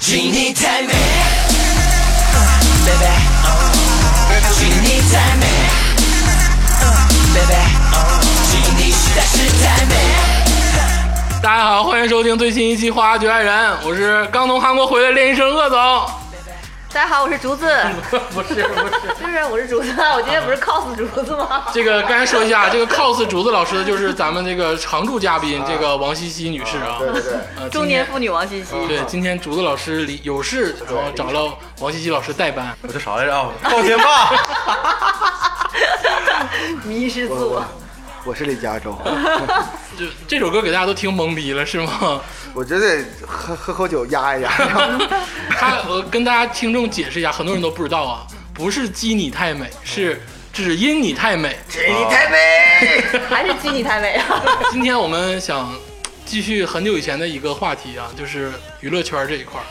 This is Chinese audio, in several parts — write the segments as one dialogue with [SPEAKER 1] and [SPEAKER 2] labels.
[SPEAKER 1] she need time, man. Uh, baby, uh, she need time, man. Uh, baby, uh, she need 但是 time, man.
[SPEAKER 2] 大家好，欢迎收听最新一期《花花局爱人》，我是刚从韩国回来练习生鄂总。
[SPEAKER 3] 大家好，我是竹子，
[SPEAKER 2] 不是不是，
[SPEAKER 3] 就是我是竹子， 我今天不是 cos 竹子吗？
[SPEAKER 2] 这个刚才说一下，这个 cos 竹子老师就是咱们这个常驻嘉宾，这个王茜茜女士啊。
[SPEAKER 4] 对对对，
[SPEAKER 2] 呃
[SPEAKER 3] 中年妇女王欣
[SPEAKER 2] 今天
[SPEAKER 3] 欣，
[SPEAKER 2] 对，今天竹子老师离有事，然后找了王茜茜老师代班。
[SPEAKER 5] 我叫啥来着啊？昊天霸，
[SPEAKER 3] 迷失自我。
[SPEAKER 4] 我是李佳 洲。
[SPEAKER 2] 就这首歌给大家都听懵逼了，是 吗？
[SPEAKER 4] 我觉得喝喝口酒压一压。
[SPEAKER 2] 他，我跟大家听众解释一下，很多人都不知道啊，不是鸡你太美，是只因你太美。
[SPEAKER 4] 你太美。
[SPEAKER 3] 还是基你太美啊！
[SPEAKER 2] 今天我们想继续很久以前的一个话题啊，就是娱乐圈这一块儿。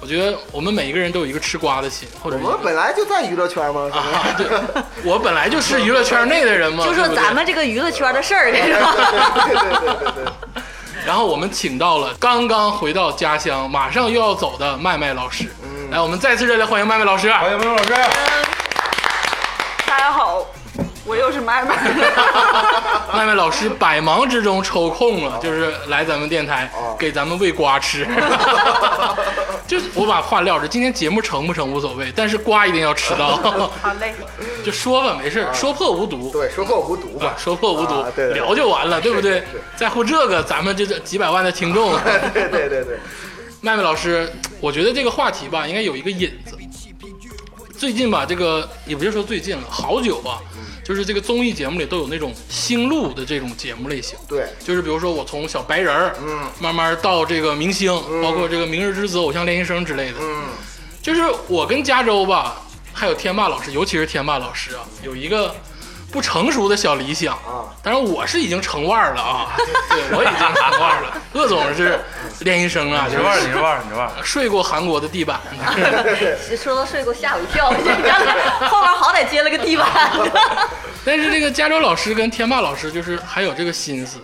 [SPEAKER 2] 我觉得我们每一个人都有一个吃瓜的心，或者 是
[SPEAKER 4] 我们本来就在娱乐圈嘛，是吧
[SPEAKER 2] 啊，对，我本来就是娱乐圈内的人嘛，
[SPEAKER 3] 就
[SPEAKER 2] 对
[SPEAKER 3] 说
[SPEAKER 2] 不对
[SPEAKER 3] 咱们这个娱乐圈的事儿，是吧？
[SPEAKER 4] 对对对对对对。
[SPEAKER 2] 然后我们请到了刚刚回到家乡，马上又要走的麦麦老师。
[SPEAKER 4] 嗯
[SPEAKER 2] 来，我们再次热烈欢迎麦麦老师。啊
[SPEAKER 5] 欢迎孟老师。
[SPEAKER 3] 大家好，我又是麦麦。
[SPEAKER 2] 麦麦老师百忙之中抽空了，就是来咱们电台
[SPEAKER 4] 哦
[SPEAKER 2] 给咱们喂瓜吃。 就是我把话撂着，今天节目成不成无所谓，但是瓜一定要吃到。
[SPEAKER 3] 好 嘞，
[SPEAKER 2] 就说吧，没事儿，说破无毒。
[SPEAKER 4] 啊对，说破无毒
[SPEAKER 2] 啊
[SPEAKER 4] 吧。
[SPEAKER 2] 说破无毒
[SPEAKER 4] 啊，对对对
[SPEAKER 2] 聊就完了，对不对
[SPEAKER 4] 是是？
[SPEAKER 2] 在乎这个，咱们这这几百万的听 众，
[SPEAKER 4] 对对对对，
[SPEAKER 2] 麦麦老师，我觉得这个话题吧，应该有一个引子。最近吧，这个也不是说最近了，好久啊，
[SPEAKER 4] 嗯
[SPEAKER 2] 就是这个综艺节目里都有那种星路的这种节目类型。
[SPEAKER 4] 对
[SPEAKER 2] 就是比如说我从小白人儿，
[SPEAKER 4] 嗯，
[SPEAKER 2] 慢慢到这个明星，包括这个《明日之子》《偶像练习生》之类的。
[SPEAKER 4] 嗯，
[SPEAKER 2] 就是我跟加州吧，还有天霸老师，尤其是天霸老师啊，有一个不成熟的小理想
[SPEAKER 4] 啊。
[SPEAKER 2] 当然我是已经成腕儿了啊， 对我已经成腕儿了。鄂总是练习生啊，
[SPEAKER 5] 你
[SPEAKER 2] 就
[SPEAKER 5] 这腕儿，你
[SPEAKER 2] 是
[SPEAKER 5] 这腕儿，你这腕儿。
[SPEAKER 2] 睡过韩国的地板。
[SPEAKER 3] 说到睡给我吓我一跳，这刚才后面好歹接了个地板。
[SPEAKER 2] 但是这个加州老师跟天霸老师就是还有这个心思，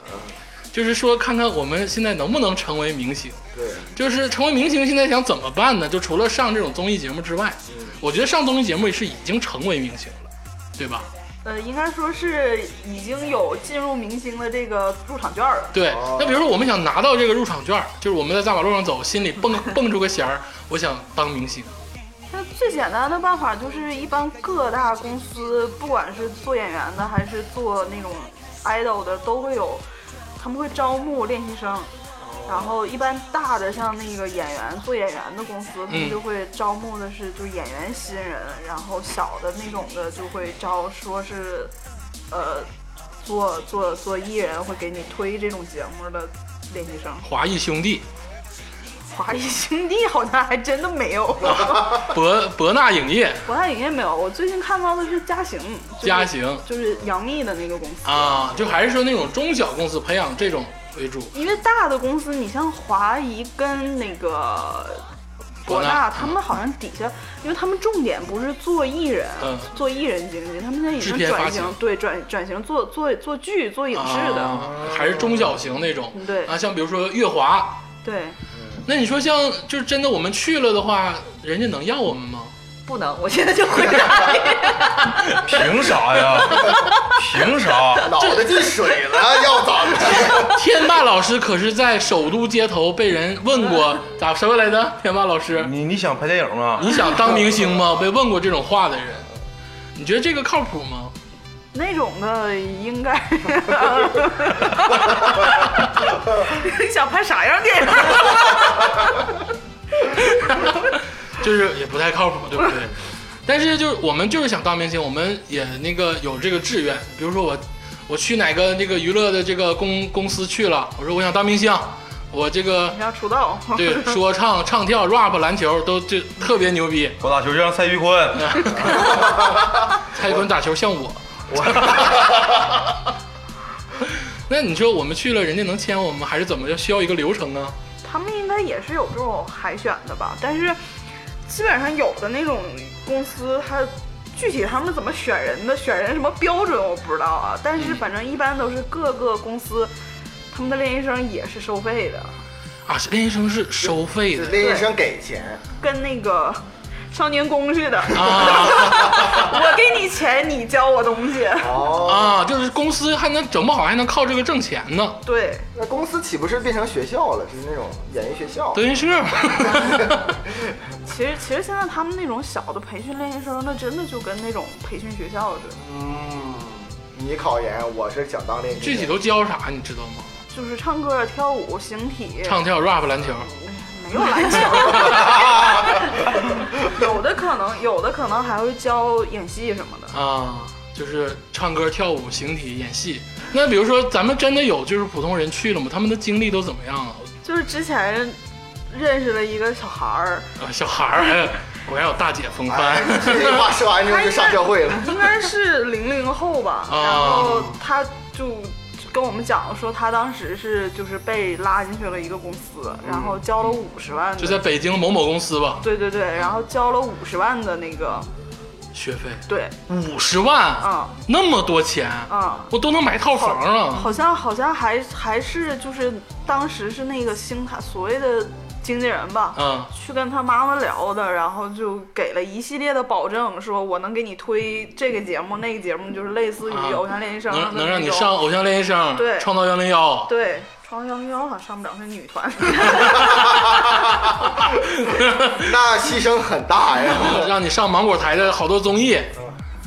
[SPEAKER 2] 就是说看看我们现在能不能成为明星。
[SPEAKER 4] 对，
[SPEAKER 2] 就是成为明星，现在想怎么办呢？就除了上这种综艺节目之外，
[SPEAKER 6] 嗯
[SPEAKER 2] 我觉得上综艺节目是已经成为明星了，对吧？
[SPEAKER 6] 呃，应该说是已经有进入明星的这个入场券了。
[SPEAKER 2] 对
[SPEAKER 4] 哦。
[SPEAKER 2] 那比如说，我们想拿到这个入场券，就是我们在大马路上走，心里 蹦蹦出个弦儿，我想当明星。
[SPEAKER 6] 那最简单的办法就是，一般各大公司，不管是做演员的还是做那种 idol 的，都会有，他们会招募练习生。然后一般大的像那个演员做演员的公司，他
[SPEAKER 2] 嗯
[SPEAKER 6] 们就会招募的是就是演员新人，然后小的那种的就会招说是，呃，做做做艺人会给你推这种节目的练习生。
[SPEAKER 2] 华谊兄弟、
[SPEAKER 6] 华谊 兄弟好像还真的没有，
[SPEAKER 2] 博 博纳影业、
[SPEAKER 6] 国泰影业没有。我最近看到的是嘉行，就是
[SPEAKER 2] 嘉行
[SPEAKER 6] 就是杨幂的那个公司。
[SPEAKER 2] 啊，就还是说那种中小公司培养这种为主。
[SPEAKER 6] 因为大的公司，你像华谊跟那个
[SPEAKER 2] 国
[SPEAKER 6] 国
[SPEAKER 2] 纳
[SPEAKER 6] 纳，他们好像底下，因为他们重点不是做艺人
[SPEAKER 2] 嗯，
[SPEAKER 6] 做艺人经纪，他们现在已
[SPEAKER 2] 制
[SPEAKER 6] 经
[SPEAKER 2] 片发
[SPEAKER 6] 转
[SPEAKER 2] 行
[SPEAKER 6] 型，对转转型做做做剧、做影视的，
[SPEAKER 2] 啊，还是中小型那种。
[SPEAKER 6] 对
[SPEAKER 2] 啊，像比如说月华，
[SPEAKER 6] 对，
[SPEAKER 2] 那你说像就是真的我们去了的话，人家能要我们吗？
[SPEAKER 3] 不能，我现在就回答你。
[SPEAKER 5] 凭啥呀？凭啥？
[SPEAKER 4] 脑袋进水了， 要咋 的？
[SPEAKER 2] 天霸老师可是在首都街头被人问过咋什么来着？天霸老师，
[SPEAKER 5] 你你想拍电影吗？
[SPEAKER 2] 你想当明星吗？被问过这种话的人，你觉得这个靠谱吗？
[SPEAKER 6] 那种的应该。你想拍啥样电影？
[SPEAKER 2] 就是也不太靠谱，对不对？但是就是我们就是想当明星，我们也那个有这个志愿。比如说我，我去哪个那个娱乐的这个公公司去了，我说我想当明星，我这个
[SPEAKER 6] 你要出道？
[SPEAKER 2] 对说唱、唱跳、rap、篮球都就特别牛逼。
[SPEAKER 5] 我打球就让蔡徐坤。
[SPEAKER 2] 蔡徐坤打球像我。 那你说我们去了，人家能签我们，还是怎么？要需要一个流程啊？
[SPEAKER 6] 他们应该也是有这种海选的吧？但是基本上有的那种公司，它具体他们怎么选人的，选人什么标准我不知道啊。但是反正一般都是各个公司，他们的练习生也是收费的。
[SPEAKER 2] 啊，是练习生是收费
[SPEAKER 4] 是
[SPEAKER 2] 的
[SPEAKER 4] 练习生给钱，
[SPEAKER 6] 跟那个 少年宫似的，
[SPEAKER 2] 啊
[SPEAKER 6] 我给你钱，你教我东西。
[SPEAKER 4] 哦，
[SPEAKER 2] 啊，就是公司还能整不好还能靠这个挣钱呢，
[SPEAKER 6] 对，
[SPEAKER 4] 那公司岂不是变成学校了？是那种演艺学校
[SPEAKER 2] 德？云社。
[SPEAKER 6] 其实其实现在他们那种小的培训练习生，那真的就跟那种培训学校似的，
[SPEAKER 4] 嗯，你考研，我是想当练习生。
[SPEAKER 2] 具体都教啥你知道吗？
[SPEAKER 6] 就是唱歌、跳舞、形体，
[SPEAKER 2] 唱跳、rap、篮球。
[SPEAKER 6] 哎没有篮球。有的可能，有的可能还会教演戏什么的。
[SPEAKER 2] 啊，就是唱歌、跳舞、形体、演戏。那比如说，咱们真的有就是普通人去了吗？他们的经历都怎么样啊？
[SPEAKER 6] 就是之前认识了一个小孩儿，
[SPEAKER 2] 啊，小孩儿，哎果然有大姐风
[SPEAKER 4] 哎
[SPEAKER 2] 范。，
[SPEAKER 4] 这句话说完之后就上社会了。
[SPEAKER 6] 应该是零零后吧，
[SPEAKER 2] 啊
[SPEAKER 6] 然后他就跟我们讲说，他当时是就是被拉进去了一个公司，然后交了五十万的，
[SPEAKER 2] 嗯就在北京某某公司吧，
[SPEAKER 6] 对对对，然后交了五十万的那个，
[SPEAKER 2] 学费
[SPEAKER 6] 对，
[SPEAKER 2] 五十万，
[SPEAKER 6] 嗯
[SPEAKER 2] 那么多钱，
[SPEAKER 6] 嗯。
[SPEAKER 2] 我都能买套房啊了。
[SPEAKER 6] 好像好像还还是就是当时是那个星探所谓的经纪人吧，
[SPEAKER 2] 嗯
[SPEAKER 6] 去跟他妈妈聊的，然后就给了一系列的保证，说我能给你推这个节目、那个节目，就是类似于
[SPEAKER 2] 啊
[SPEAKER 6] 《偶像练习生》的
[SPEAKER 2] 能能
[SPEAKER 6] 那
[SPEAKER 2] 让你
[SPEAKER 6] 种
[SPEAKER 2] 上《偶像练习生》
[SPEAKER 6] 对
[SPEAKER 2] 创造幺零幺，
[SPEAKER 6] 对。创幺零幺好像上不了，是女团。
[SPEAKER 4] 那牺牲很大呀。
[SPEAKER 2] 让你上芒果台的好多综艺，
[SPEAKER 5] 啊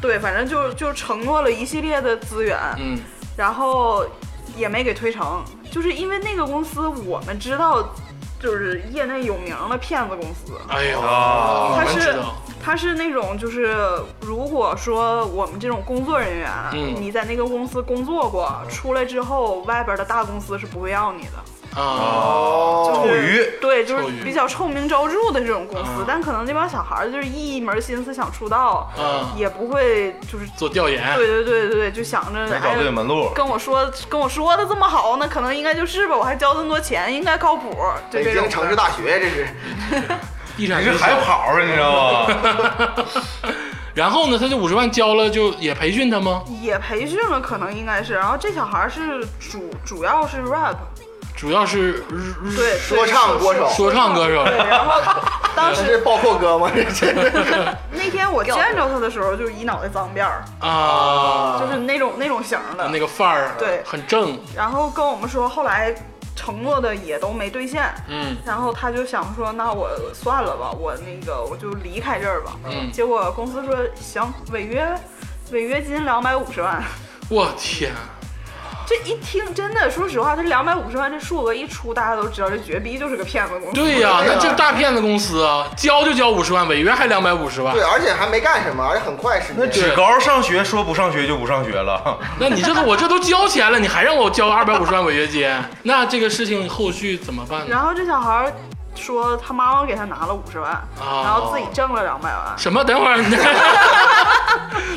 [SPEAKER 6] 对，反正就就承诺了一系列的资源，
[SPEAKER 2] 嗯
[SPEAKER 6] 然后也没给推成，就是因为那个公司我们知道，就是业内有名的骗子公司。
[SPEAKER 2] 哎呦，
[SPEAKER 5] 啊
[SPEAKER 2] 我
[SPEAKER 6] 他
[SPEAKER 2] 们知
[SPEAKER 6] 是
[SPEAKER 2] 道，
[SPEAKER 6] 他是那种就是，如果说我们这种工作人员，
[SPEAKER 2] 嗯
[SPEAKER 6] 你在那个公司工作过，出来之后外边的大公司是不会要你的。
[SPEAKER 2] 啊，
[SPEAKER 4] 哦
[SPEAKER 5] 臭鱼，
[SPEAKER 6] 对，就是
[SPEAKER 2] 臭鱼
[SPEAKER 6] 比较臭名昭著的这种公司
[SPEAKER 2] 嗯，
[SPEAKER 6] 但可能那帮小孩儿就是一门心思想出道，
[SPEAKER 2] 嗯
[SPEAKER 6] 也不会就是。
[SPEAKER 2] 做调研，
[SPEAKER 6] 对对对对对，就想着
[SPEAKER 5] 没
[SPEAKER 6] 哎
[SPEAKER 5] 搞对门路。
[SPEAKER 6] 跟我说跟我说的这么好，那可能应该就是吧，我还交这么多钱，应该靠谱。就
[SPEAKER 4] 北
[SPEAKER 6] 这种
[SPEAKER 4] 京城市大学，这是
[SPEAKER 2] 一闪
[SPEAKER 5] 你是
[SPEAKER 2] 之
[SPEAKER 5] 海
[SPEAKER 2] 间
[SPEAKER 5] 跑啊，你知道吗？
[SPEAKER 2] 然后呢，他这五十万交了，就也培训他吗？
[SPEAKER 6] 也培训了，可能应该是。然后这小孩儿是主主要是 rap，
[SPEAKER 2] 主要是日日
[SPEAKER 6] 对，对
[SPEAKER 4] 说唱歌手，
[SPEAKER 2] 说唱歌手
[SPEAKER 6] 对，然后当
[SPEAKER 4] 这
[SPEAKER 6] 时
[SPEAKER 4] 是爆破哥吗？这 是
[SPEAKER 6] 那天我见着他的时候，就是一脑袋脏辫儿，
[SPEAKER 2] 啊，
[SPEAKER 6] 就是那种那种型儿的。
[SPEAKER 2] 那个范儿，
[SPEAKER 6] 对
[SPEAKER 2] 很正，
[SPEAKER 6] 然后跟我们说，后来承诺的也都没兑现。
[SPEAKER 2] 嗯
[SPEAKER 6] 然后他就想说，那我算了吧，我那个我就离开这儿吧。
[SPEAKER 2] 嗯，
[SPEAKER 6] 结果公司说行，违约，违约金两百五十万。
[SPEAKER 2] 我天，
[SPEAKER 6] 这一听真的，说实话，这两百五十万这数额一出，大家都知道这绝逼就是个骗子公司。
[SPEAKER 2] 对呀、那这大骗子公司啊，交就交五十万，违约还两百五十万
[SPEAKER 4] 对，，而且还没干什么，而且很快时
[SPEAKER 5] 那
[SPEAKER 4] 间。
[SPEAKER 5] 只高上学说不上学就不上学了，
[SPEAKER 2] 那你这都我这都交钱了，你还让我交二百五十万违约金，那这个事情后续怎么办呢？
[SPEAKER 6] 然后这小孩儿说他妈妈给他拿了五十万，
[SPEAKER 4] 啊
[SPEAKER 2] 哦
[SPEAKER 6] 然后自己挣了两百万。
[SPEAKER 2] 什么？等会儿，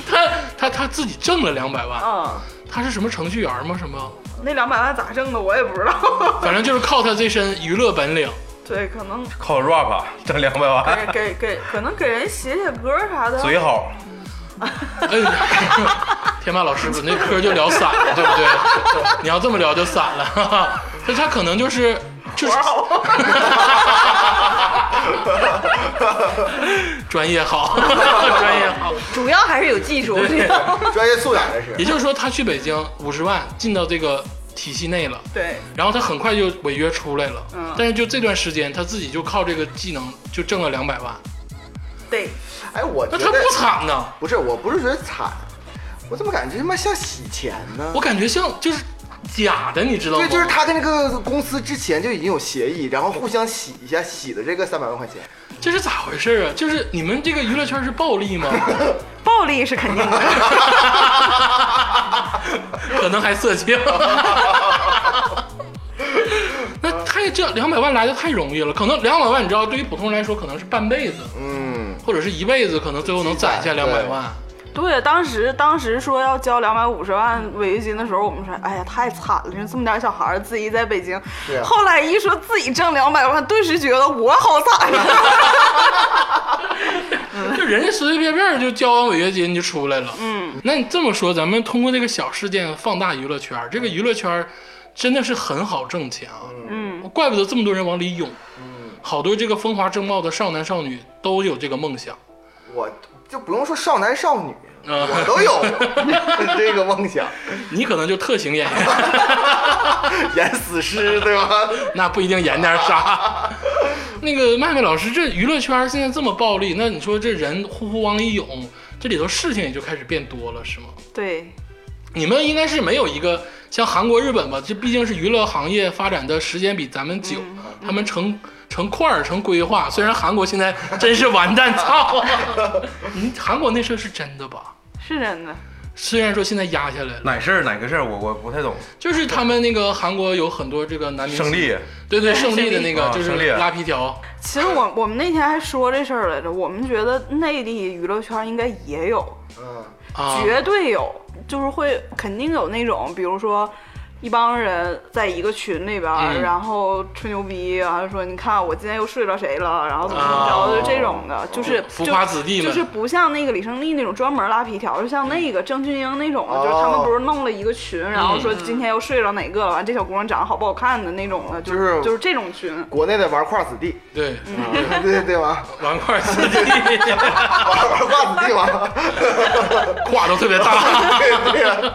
[SPEAKER 2] 他他他自己挣了两百万，
[SPEAKER 6] 嗯，
[SPEAKER 2] 他是什么程序员吗？什么？
[SPEAKER 6] 那两百万咋挣的我也不知道。
[SPEAKER 2] 反正就是靠他这身娱乐本领。
[SPEAKER 6] 对，可能
[SPEAKER 5] 靠 rap 挣两百
[SPEAKER 4] 哎
[SPEAKER 5] 万，
[SPEAKER 6] 给给给，可能给人写写歌啥的。
[SPEAKER 5] 嘴好，
[SPEAKER 2] 哎， 天霸老师，那嗑就聊散了，对不对？你要这么聊就散了， 哈哈。那他可能就是就是 专业好， 专业好。
[SPEAKER 3] 主要还是有技术，这个
[SPEAKER 4] 专业素养这
[SPEAKER 2] 也
[SPEAKER 4] 是。
[SPEAKER 2] 就是说，他去北京五十万进到这个体系内了，
[SPEAKER 6] 对
[SPEAKER 2] 然后他很快就违约出来了。
[SPEAKER 6] 嗯
[SPEAKER 2] 但是就这段时间，他自己就靠这个技能就挣了两百万，
[SPEAKER 6] 对，
[SPEAKER 4] 哎，我觉
[SPEAKER 2] 那他
[SPEAKER 4] 得
[SPEAKER 2] 不惨呢？
[SPEAKER 4] 不是，我不是觉得惨，我怎么感觉他妈像洗钱呢
[SPEAKER 2] 我？感觉像就是假的，你知道吗？
[SPEAKER 4] 对，就是他跟那个公司之前就已经有协议，然后互相洗一下，洗的这个三百万块钱。
[SPEAKER 2] 这是咋回事啊？就是你们这个娱乐圈是暴 利吗？
[SPEAKER 6] 暴力是肯定的。
[SPEAKER 2] 可能还色 情。那太这两百万来的太容易了，可能两百万你知道，对于普通人来说可能是半辈子
[SPEAKER 4] 嗯，
[SPEAKER 2] 或者是一辈子，可能最后能攒下两百万。
[SPEAKER 6] 对，当时当时说要交两百五十万违约金的时候，我们说，哎呀，太惨了，就这么点小孩儿自己在北京。
[SPEAKER 4] 对啊
[SPEAKER 6] 后来一说自己挣两百万，顿时觉得我好惨呀、
[SPEAKER 2] 就人家随随便便就交完违约金就出来了。嗯，那你这么说，咱们通过这个小事件放大娱乐圈，这个娱乐圈真的是很好挣钱啊。嗯，怪不得这么多人往里涌，好多这个风华正茂的少男少女都有这个梦想。
[SPEAKER 4] 我就不用说少男少女，
[SPEAKER 2] 嗯
[SPEAKER 4] 我都 有这个梦想，
[SPEAKER 2] 你可能就特型演员，
[SPEAKER 4] 演死尸对吧？
[SPEAKER 2] 那不一定演点啥。 那个麦麦老师，这娱乐圈现在这么暴力，那你说这人呼呼往里涌，这里头事情也就开始变多了，是吗？
[SPEAKER 6] 对，
[SPEAKER 2] 你们应该是没有一个像韩国、日本吧？这毕竟是娱乐行业发展的时间比咱们久，
[SPEAKER 4] 嗯
[SPEAKER 2] 他们成成块儿、成规划。虽然韩国现在真是完蛋操 啊，你韩国那事儿是真的吧？
[SPEAKER 6] 是真的。
[SPEAKER 2] 虽然说现在压下来了，
[SPEAKER 5] 哪事儿哪个事儿，我我不太懂。
[SPEAKER 2] 就是他们那个韩国有很多这个男明星
[SPEAKER 5] 胜，利，
[SPEAKER 2] 对对，胜利的那个
[SPEAKER 5] 啊
[SPEAKER 2] 就是
[SPEAKER 5] 胜利
[SPEAKER 2] 拉皮条，
[SPEAKER 6] 其实我我们那天还说这事儿来着，我们觉得内地娱乐圈应该也有，
[SPEAKER 4] 嗯，
[SPEAKER 2] 啊，
[SPEAKER 6] 绝对有，就是会肯定有那种，比如说一帮人在一个群里边儿，
[SPEAKER 2] 嗯
[SPEAKER 6] 然后吹牛逼，然后说你看我今天又睡着谁了，然后怎么怎么着，
[SPEAKER 2] 哦
[SPEAKER 6] 就这种的，就是
[SPEAKER 2] 浮
[SPEAKER 6] 就
[SPEAKER 2] 夸子弟
[SPEAKER 6] 就
[SPEAKER 2] 们
[SPEAKER 6] 是不像那个李胜利那种专门拉皮条，就像那个郑俊英那种的，
[SPEAKER 4] 哦
[SPEAKER 6] 就是他们不是弄了一个群，然后说今天又睡着哪个了，完这小姑娘长得好不好看的那种的，就
[SPEAKER 4] 就是
[SPEAKER 6] 就是这种群。
[SPEAKER 4] 国内的玩跨子弟，
[SPEAKER 2] 对，
[SPEAKER 4] 对对对吧？
[SPEAKER 2] 玩块儿子弟，
[SPEAKER 4] 玩跨子弟吧，
[SPEAKER 2] 胯都特别大。
[SPEAKER 4] 对对呀，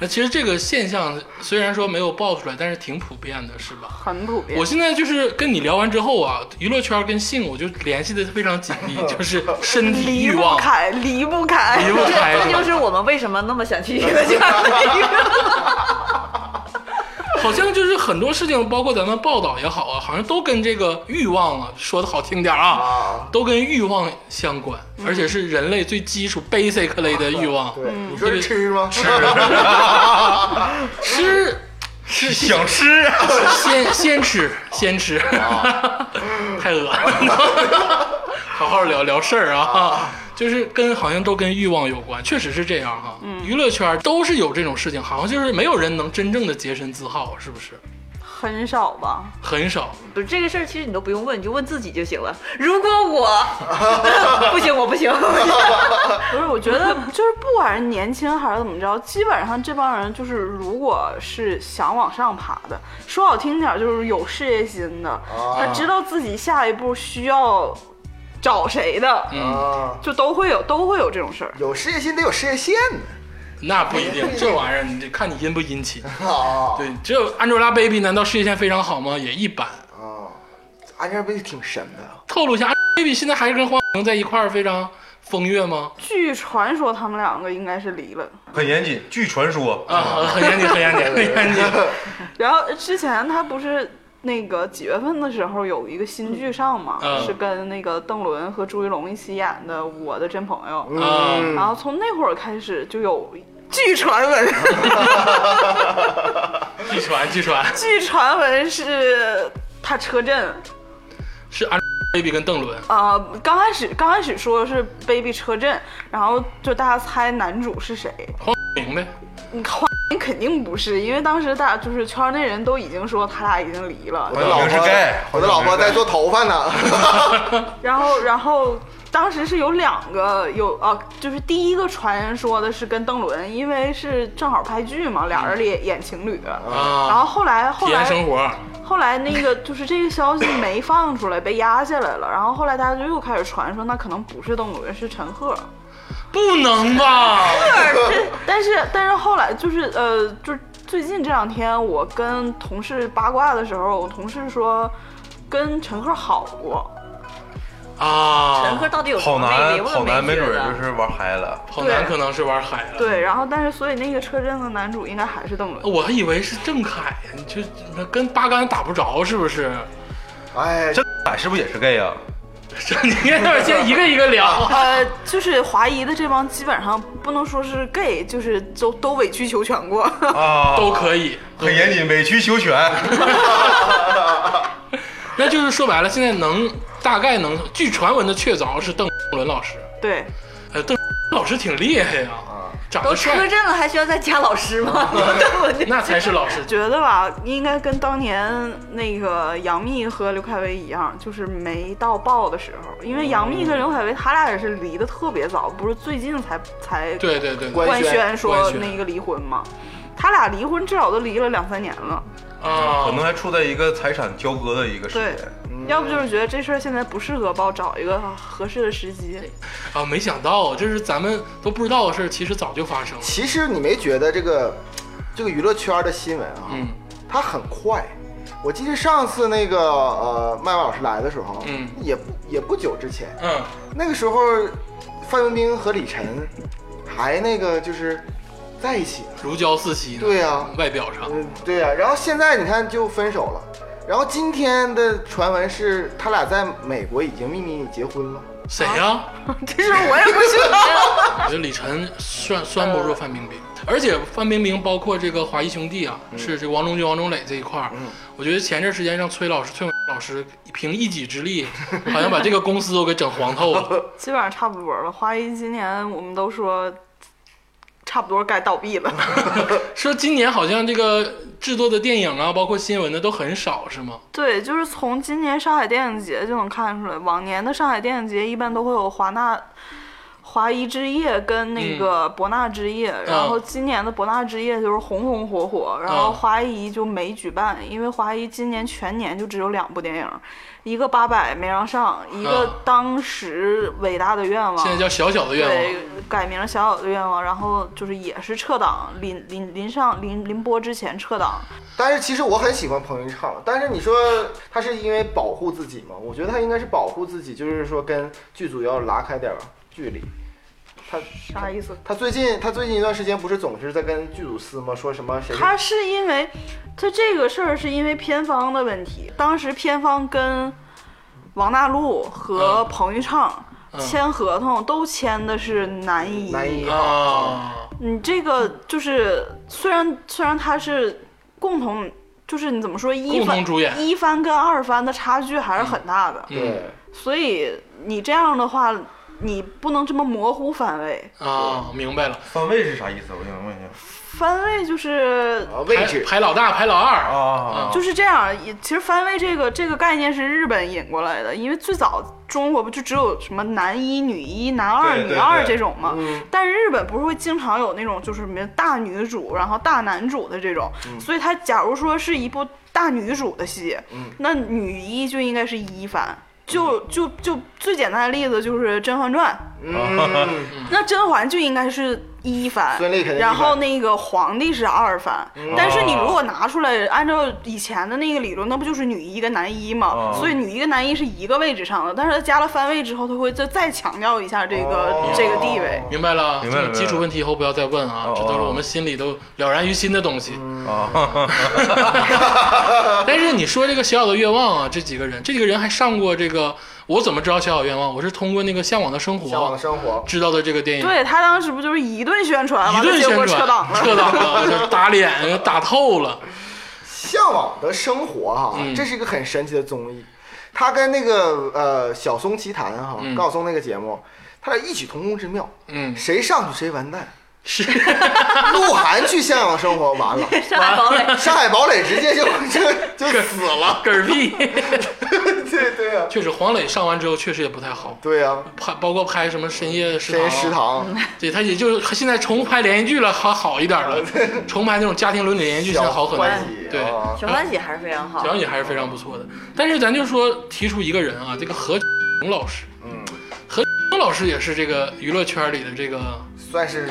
[SPEAKER 2] 那其实这个现象虽然说没有爆出来，但是挺普遍的，是吧？
[SPEAKER 6] 很普遍
[SPEAKER 2] 我，现在就是跟你聊完之后啊，娱乐圈跟性我就联系的非常紧密，就是身体
[SPEAKER 6] 离
[SPEAKER 2] 欲
[SPEAKER 6] 不
[SPEAKER 2] 望
[SPEAKER 6] 开，离不开，
[SPEAKER 2] 离不开。
[SPEAKER 3] 这就是我们为什么那么想去娱乐 圈的原因。
[SPEAKER 2] 好像就是很多事情，包括咱们报道也好啊，好像都跟这个欲望啊，说的好听点儿啊
[SPEAKER 4] 啊，
[SPEAKER 2] 都跟欲望相关，而且是人类最基础 basic 类的欲望。
[SPEAKER 4] 对，你说是吃吗？吃，
[SPEAKER 2] 吃
[SPEAKER 5] 是想吃啊，
[SPEAKER 2] 先先吃先吃， 太恶心了。 好好聊聊事儿啊，就是跟好像都跟欲望有关，确实是这样哈、娱乐圈都是有这种事情，好像就是没有人能真正的洁身自好，是不是？
[SPEAKER 6] 很少吧？
[SPEAKER 2] 很少。
[SPEAKER 3] 不是这个事儿，其实你都不用问，你就问自己就行了。如果我 不行，我不行，我不行
[SPEAKER 6] 不是，我觉得就是不管是年轻还是怎么着，基本上这帮人就是，如果是想往上爬的，说好听点儿就是有事业心的，他知道自己下一步需要找谁的，
[SPEAKER 2] 嗯，
[SPEAKER 4] 啊，
[SPEAKER 6] 就都会有都会有这种事儿。
[SPEAKER 4] 有事业心得有事业线呢，
[SPEAKER 2] 那不一定，这玩意儿你得看你阴不阴气。
[SPEAKER 4] 啊
[SPEAKER 2] 对，只有 Angelababy 难道事业线非常好吗？也一般。
[SPEAKER 4] 啊，安这不是挺神的？
[SPEAKER 2] 透露一下，Angelababy 现在还是跟黄晓明在一块儿非常风月吗？
[SPEAKER 6] 据传说他们两个应该是离了，
[SPEAKER 5] 很严谨。据传说，
[SPEAKER 2] 啊，很严谨，很严谨，很严谨。
[SPEAKER 6] 然后之前他不是。那个几月份的时候有一个新剧上嘛，
[SPEAKER 2] 嗯
[SPEAKER 6] 是跟那个邓伦和朱一龙一起演的《我的真朋友》，
[SPEAKER 2] 嗯
[SPEAKER 4] 嗯，
[SPEAKER 6] 然后从那会儿开始就有据传闻，
[SPEAKER 2] 据传，据传
[SPEAKER 6] 据传闻是他车震
[SPEAKER 2] 是 Angelababy 跟邓伦。
[SPEAKER 6] 啊、呃刚开始刚开始说是 baby 车震，然后就大家猜男主是谁，
[SPEAKER 2] 明白，
[SPEAKER 6] 你看你肯定不是，因为当时大家就是圈内人都已经说他俩已经离了，
[SPEAKER 4] 我的老
[SPEAKER 5] 黄晓明
[SPEAKER 4] 婆
[SPEAKER 5] 是 gay，，
[SPEAKER 4] 我的老婆在做头发呢，
[SPEAKER 6] 然后然后当时是有两个有啊，就是第一个传言说的是跟邓伦，因为是正好拍剧嘛，俩人演演情侣，
[SPEAKER 2] 嗯啊
[SPEAKER 6] 然后后来后
[SPEAKER 2] 体验
[SPEAKER 6] 来
[SPEAKER 2] 生活，
[SPEAKER 6] 后来那个就是这个消息没放出来，被压下来了。然后后来大家就又开始传说，那可能不是邓伦，是陈赫。
[SPEAKER 2] 不能吧？
[SPEAKER 6] 但是但是后来就是呃，就是最近这两天我跟同事八卦的时候，我同事说跟陈赫好过，
[SPEAKER 3] 陈
[SPEAKER 2] 啊
[SPEAKER 3] 赫，到底有什
[SPEAKER 5] 跑
[SPEAKER 3] 么魅
[SPEAKER 5] 男
[SPEAKER 3] 力？我
[SPEAKER 5] 跑
[SPEAKER 3] 怎么
[SPEAKER 5] 男没
[SPEAKER 3] 觉
[SPEAKER 5] 准
[SPEAKER 3] 得
[SPEAKER 5] 儿就是玩嗨了。
[SPEAKER 2] 跑男可能是玩嗨了。，
[SPEAKER 6] 对。然后但是所以那个车震的男主应该还是邓伦。
[SPEAKER 2] 我还以为是郑恺，你就那跟八竿打不着是不是？
[SPEAKER 4] 哎，
[SPEAKER 5] 这哎是不是也是 gay 啊？
[SPEAKER 2] 这 你看，现在一个一个聊。
[SPEAKER 6] 呃，就是华谊的这帮基本上不能说是 gay，就是都都委曲求全过。
[SPEAKER 5] 啊，
[SPEAKER 2] 都可以，
[SPEAKER 5] 很严谨，委曲求全。
[SPEAKER 2] 那就是说白了，现在能大概能，据传闻的确凿是邓伦老师，
[SPEAKER 6] 对，
[SPEAKER 2] 呃，邓老师挺厉害呀、长
[SPEAKER 3] 都
[SPEAKER 2] 得
[SPEAKER 3] 车
[SPEAKER 2] 帅，
[SPEAKER 3] 震了，还需要再加老师吗？ 我就
[SPEAKER 2] 那才是老 师。
[SPEAKER 6] 觉得吧，应该跟当年那个杨幂和刘恺威一样，就是没到爆的时候。因为杨幂跟刘恺威他俩也是离得特别早，不是最近才才
[SPEAKER 2] 对对对对
[SPEAKER 4] 官
[SPEAKER 6] 官
[SPEAKER 4] 宣
[SPEAKER 6] 宣说
[SPEAKER 2] 官宣
[SPEAKER 6] 那个离婚嘛。他俩离婚至少都离了两三年了，
[SPEAKER 2] 啊、啊
[SPEAKER 5] 可能还处在一个财产交割的一个时
[SPEAKER 6] 对
[SPEAKER 5] 间。，
[SPEAKER 6] 要不就是觉得这事儿现在不适合报，找一个合适的时机。
[SPEAKER 2] 啊，没想到，就是咱们都不知道的事儿，其实早就发生了。
[SPEAKER 4] 其实你没觉得这个这个娱乐圈的新闻啊，
[SPEAKER 2] 嗯，
[SPEAKER 4] 它很快。我记得上次那个呃麦麦老师来的时候，
[SPEAKER 2] 嗯
[SPEAKER 4] 也不也不久之前，
[SPEAKER 2] 嗯，
[SPEAKER 4] 那个时候范冰冰和李晨还那个就是在一起呢。
[SPEAKER 2] 如胶似漆呢。
[SPEAKER 4] 对呀
[SPEAKER 2] 外表上，
[SPEAKER 4] 嗯，对呀、然后现在你看就分手了，然后今天的传闻是他俩在美国已经秘密结婚了。
[SPEAKER 2] 谁呀、
[SPEAKER 6] 这事儿我也不知道。
[SPEAKER 2] 我觉得李晨算算不住范冰冰，而且范冰冰包括这个华谊兄弟啊，是这个王中军、王中磊这一块儿，我觉得前段时间让崔老师、崔老师凭一己之力，好像把这个公司都给整黄透了。
[SPEAKER 6] 基本上差不多了。华谊今年我们都说差不多该倒闭了。
[SPEAKER 2] 说今年好像这个制作的电影啊，包括新闻的都很少，是吗？
[SPEAKER 6] 对，就是从今年上海电影节就能看出来，往年的上海电影节一般都会有华纳、华谊之夜
[SPEAKER 2] 嗯
[SPEAKER 6] 跟那个博纳之夜，然后今年的博纳之夜就是红红火火，然后
[SPEAKER 2] 嗯
[SPEAKER 6] 华谊就没举办，因为华谊今年全年就只有两部电影，一个八佰没让上，一
[SPEAKER 2] 嗯
[SPEAKER 6] 个当时伟大的愿望，
[SPEAKER 2] 现在叫小小的愿望
[SPEAKER 6] 对，改名小小的愿望，然后就是也是撤档，临临临上临临播之前撤档。
[SPEAKER 4] 但是其实我很喜欢彭昱畅，但是你说他是因为保护自己吗？我觉得他应该是保护自己，就是说跟剧组要拉开点儿距离。他
[SPEAKER 6] 啥意思？
[SPEAKER 4] 他最近他最近一段时间不是总是在跟剧组撕吗？说什么谁是
[SPEAKER 6] 他是因为他这个事儿是因为片方的问题，当时片方跟王大陆和
[SPEAKER 2] 嗯
[SPEAKER 6] 彭昱畅。签合同都签的是男一，
[SPEAKER 4] 男一
[SPEAKER 2] 啊，
[SPEAKER 6] 你这个就是虽然虽然他是共同，就是你怎么说一
[SPEAKER 2] 共
[SPEAKER 6] 番
[SPEAKER 2] 同主演嗯
[SPEAKER 6] 一番跟二番的差距还是很大的，
[SPEAKER 4] 对，
[SPEAKER 6] 所以你这样的话，你不能这么模糊番位。
[SPEAKER 2] 啊，明白了，
[SPEAKER 5] 番位是啥意思？我想问一下。
[SPEAKER 6] 番位就是
[SPEAKER 5] 哦
[SPEAKER 4] 啊位
[SPEAKER 2] 排
[SPEAKER 4] 置
[SPEAKER 2] 排老大，排老二
[SPEAKER 5] 啊啊
[SPEAKER 2] 嗯
[SPEAKER 5] 啊
[SPEAKER 6] 就是这样，也其实番位这个这个概念是日本引过来的，因为最早中国不就只有什么男一、女一、男二、
[SPEAKER 5] 对
[SPEAKER 6] 女
[SPEAKER 5] 对
[SPEAKER 6] 二
[SPEAKER 5] 对嗯
[SPEAKER 6] 这种嘛？但日本不是会经常有那种就是什么大女主，然后大男主的这种，
[SPEAKER 5] 嗯
[SPEAKER 6] 所以他假如说是一部大女主的戏，
[SPEAKER 5] 嗯
[SPEAKER 6] 那女一就应该是一番。就就就最简单的例子就是《甄嬛传》，
[SPEAKER 4] 嗯，
[SPEAKER 6] 那甄嬛就应该是一番，
[SPEAKER 4] 孙俪肯定是一番嗯
[SPEAKER 6] 然后那个皇帝是二番。但是你如果拿出来，按照以前的那个理论，那不就是女一跟男一嘛？
[SPEAKER 4] 嗯
[SPEAKER 5] 哦
[SPEAKER 6] 所以女一跟男一是一个位置上的，但是他加了番位之后，他会再再强调一下这个、
[SPEAKER 4] 哦
[SPEAKER 6] 这个地位。
[SPEAKER 2] 明白了，
[SPEAKER 5] 明白
[SPEAKER 2] 这
[SPEAKER 5] 了
[SPEAKER 2] 种基础问题以后不要再问啊
[SPEAKER 5] 哦，
[SPEAKER 2] 这都是我们心里都了然于心的东西。
[SPEAKER 4] 嗯
[SPEAKER 5] 啊！
[SPEAKER 2] 但是你说这个小小的愿望啊，这几个人，这几个人还上过这个，我怎么知道小小愿望？我是通过那个《向往的生活
[SPEAKER 4] 向往的》生活，
[SPEAKER 2] 知道的这个电影，
[SPEAKER 6] 对他当时不就是一顿宣传，
[SPEAKER 2] 一
[SPEAKER 6] 完
[SPEAKER 2] 顿
[SPEAKER 6] 了结果
[SPEAKER 2] 宣传，
[SPEAKER 6] 撤档了。
[SPEAKER 2] 撤档了， 就打脸，打透了。
[SPEAKER 4] 向往的生活哈、
[SPEAKER 2] 嗯
[SPEAKER 4] 这是一个很神奇的综艺。他跟那个呃小松奇谈哈、
[SPEAKER 2] 嗯
[SPEAKER 4] 高晓松那个节目，他俩异曲同工之妙，
[SPEAKER 2] 嗯，
[SPEAKER 4] 谁上去谁完蛋。
[SPEAKER 2] 是
[SPEAKER 4] 鹿晗去向往生活完了，
[SPEAKER 3] 上海堡垒，
[SPEAKER 4] 上海堡垒直接就就就死 了。
[SPEAKER 2] 嗝儿屁。
[SPEAKER 4] 对对呀、啊，
[SPEAKER 2] 确实，黄磊上完之后确实也不太好，
[SPEAKER 4] 对呀、啊，
[SPEAKER 2] 拍包括拍什么深夜食啊
[SPEAKER 4] 深夜食堂，
[SPEAKER 2] 对他也就他现在重拍连续剧了，还好一点了。 重拍那种家庭伦理连续剧现在好很多
[SPEAKER 4] 欢喜，。
[SPEAKER 2] 对，
[SPEAKER 4] 啊
[SPEAKER 3] 小欢喜还是非常好
[SPEAKER 2] 小。杨也还是非常不错的。但是咱就说提出一个人啊，这个何炅老师，
[SPEAKER 4] 嗯，
[SPEAKER 2] 何炅老师也是这个娱乐圈里的这个
[SPEAKER 4] 算是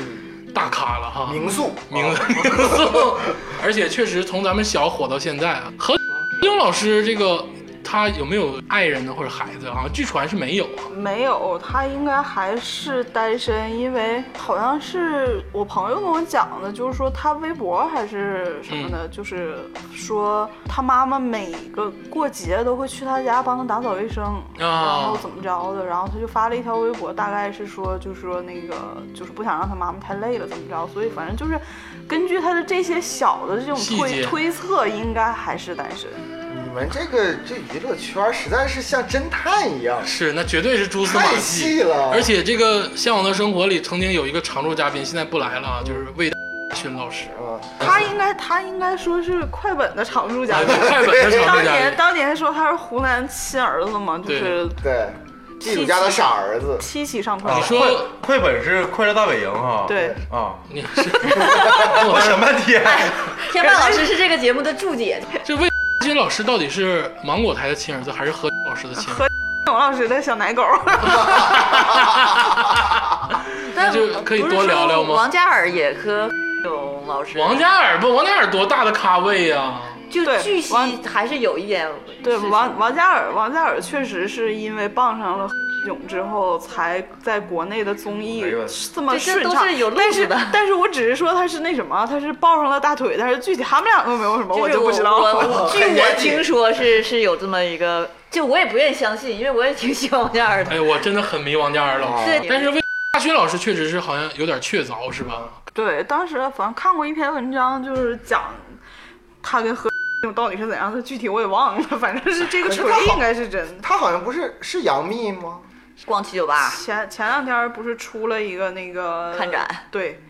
[SPEAKER 2] 大咖了哈，
[SPEAKER 4] 名宿，
[SPEAKER 2] 名哦
[SPEAKER 4] 啊
[SPEAKER 2] 而且确实从咱们小火到现在啊。何炅老师这个他有没有爱人呢或者孩子啊？据传是没有啊。
[SPEAKER 6] 没有，他应该还是单身，因为好像是我朋友跟我讲的，就是说他微博还是什么
[SPEAKER 2] 嗯
[SPEAKER 6] 的，就是说他妈妈每个过节都会去他家帮他打扫卫
[SPEAKER 2] 哦
[SPEAKER 6] 生，然后怎么着的，然后他就发了一条微博，大概是说就是说那个就是不想让他妈妈太累了，怎么着，所以反正就是根据他的这些小的这种
[SPEAKER 2] 细节
[SPEAKER 6] 推推测，应该还是单身。
[SPEAKER 4] 你们这个这娱乐圈实在是像侦探一样，
[SPEAKER 2] 是，那绝对是蛛丝马
[SPEAKER 4] 太细
[SPEAKER 2] 迹
[SPEAKER 4] 了
[SPEAKER 2] 而且这个《向往的生活》里曾经有一个常驻嘉宾，现在不来了，啊，就是魏 大勋老师，
[SPEAKER 4] 啊，
[SPEAKER 6] 他应该他应该说是快本的常 驻嘉宾。
[SPEAKER 2] 快本的常
[SPEAKER 6] 当
[SPEAKER 2] 驻嘉宾
[SPEAKER 6] 年。当年说他是湖南亲儿子嘛，就
[SPEAKER 2] 对
[SPEAKER 6] 是
[SPEAKER 4] 对，剧主家的傻儿子，
[SPEAKER 6] 七喜上
[SPEAKER 5] 啊
[SPEAKER 6] 快
[SPEAKER 2] 你说
[SPEAKER 5] 快快本是《快乐大本营》哈？
[SPEAKER 6] 对
[SPEAKER 5] 啊，
[SPEAKER 2] 你是
[SPEAKER 5] 我想半天，
[SPEAKER 3] 天霸老师是这个节目的注解，
[SPEAKER 2] 这魏军老师到底是芒果台的亲儿子还是何老师的亲儿子？
[SPEAKER 6] 董老师的小奶狗，
[SPEAKER 3] 但
[SPEAKER 2] 就可以多聊聊吗
[SPEAKER 3] 不是说王嘉尔也和董老师，
[SPEAKER 2] 王嘉尔不，王嘉尔多大的咖位啊呀、
[SPEAKER 3] 就
[SPEAKER 6] 对
[SPEAKER 3] 据悉
[SPEAKER 6] 王
[SPEAKER 3] 还是有一点
[SPEAKER 6] 对
[SPEAKER 3] 是是
[SPEAKER 6] 王王嘉尔，王嘉尔确实是因为傍上了勇之后，才在国内的综艺
[SPEAKER 5] 哎呦
[SPEAKER 6] 这么
[SPEAKER 3] 这
[SPEAKER 6] 顺
[SPEAKER 3] 这都
[SPEAKER 6] 畅。
[SPEAKER 3] 是有路
[SPEAKER 6] 但
[SPEAKER 3] 子
[SPEAKER 6] 是
[SPEAKER 3] 的。
[SPEAKER 6] 但是我只是说他是那什么，他是抱上了大腿，但是具体他们两个没有什么，
[SPEAKER 3] 就是
[SPEAKER 6] 就不知道
[SPEAKER 3] 我
[SPEAKER 6] 了。
[SPEAKER 3] 我据
[SPEAKER 4] 很严
[SPEAKER 3] 我
[SPEAKER 4] 谨
[SPEAKER 3] 听说是是有这么一个，就我也不愿意相信，因为我也挺喜欢王嘉尔的。
[SPEAKER 2] 哎，我真的很迷王嘉尔老师，
[SPEAKER 3] 是，
[SPEAKER 2] 但是魏大勋老师确实是好像有点确凿，是吧？
[SPEAKER 6] 对，当时反正看过一篇文章，就是讲他跟何勇到底是怎样的，具体我也忘了，反正是这个
[SPEAKER 4] 可是
[SPEAKER 6] 锤
[SPEAKER 4] 他好
[SPEAKER 6] 应该是真的。
[SPEAKER 4] 他好像不是是杨幂吗？
[SPEAKER 3] 逛七九八
[SPEAKER 6] 前前两天不是出了一个那个
[SPEAKER 3] 看展，
[SPEAKER 6] 对，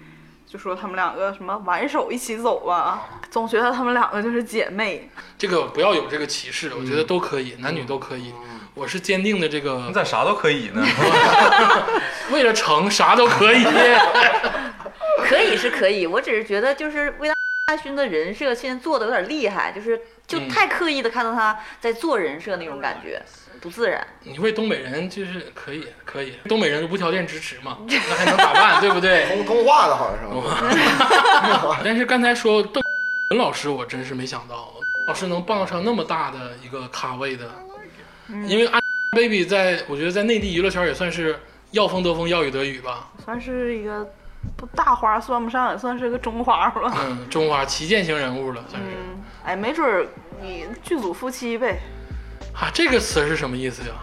[SPEAKER 6] 就说他们两个什么挽手一起走吧，总觉得他们两个就是姐妹。
[SPEAKER 2] 这个不要有这个歧视，我觉得都可以，男女都可以。我是坚定的这个
[SPEAKER 5] 你，咋啥都可以呢？
[SPEAKER 2] 为了成啥都可以。
[SPEAKER 3] 可以是可以，我只是觉得就是魏大勋的人设现在做的有点厉害，就是就
[SPEAKER 2] 嗯
[SPEAKER 3] 太刻意的看到他在做人设那种感觉，不自然。
[SPEAKER 2] 你为东北人就是可以，可以，东北人无条件支持嘛，那还能咋办，对不对？
[SPEAKER 4] 通通话的好像是。
[SPEAKER 2] 啊但是刚才说邓文老师，我真是没想到，老师能傍上那么大的一个咖位的，因为 Angelababy 在我觉得在内地娱乐圈也算是要风得风，要雨得雨吧。
[SPEAKER 6] 算是一个不大花算不上，也算是个中花吧。
[SPEAKER 2] 嗯，中华旗舰型人物了，算是。
[SPEAKER 6] 嗯，哎，没准儿你剧组夫妻呗，
[SPEAKER 2] 啊，这个词是什么意思呀？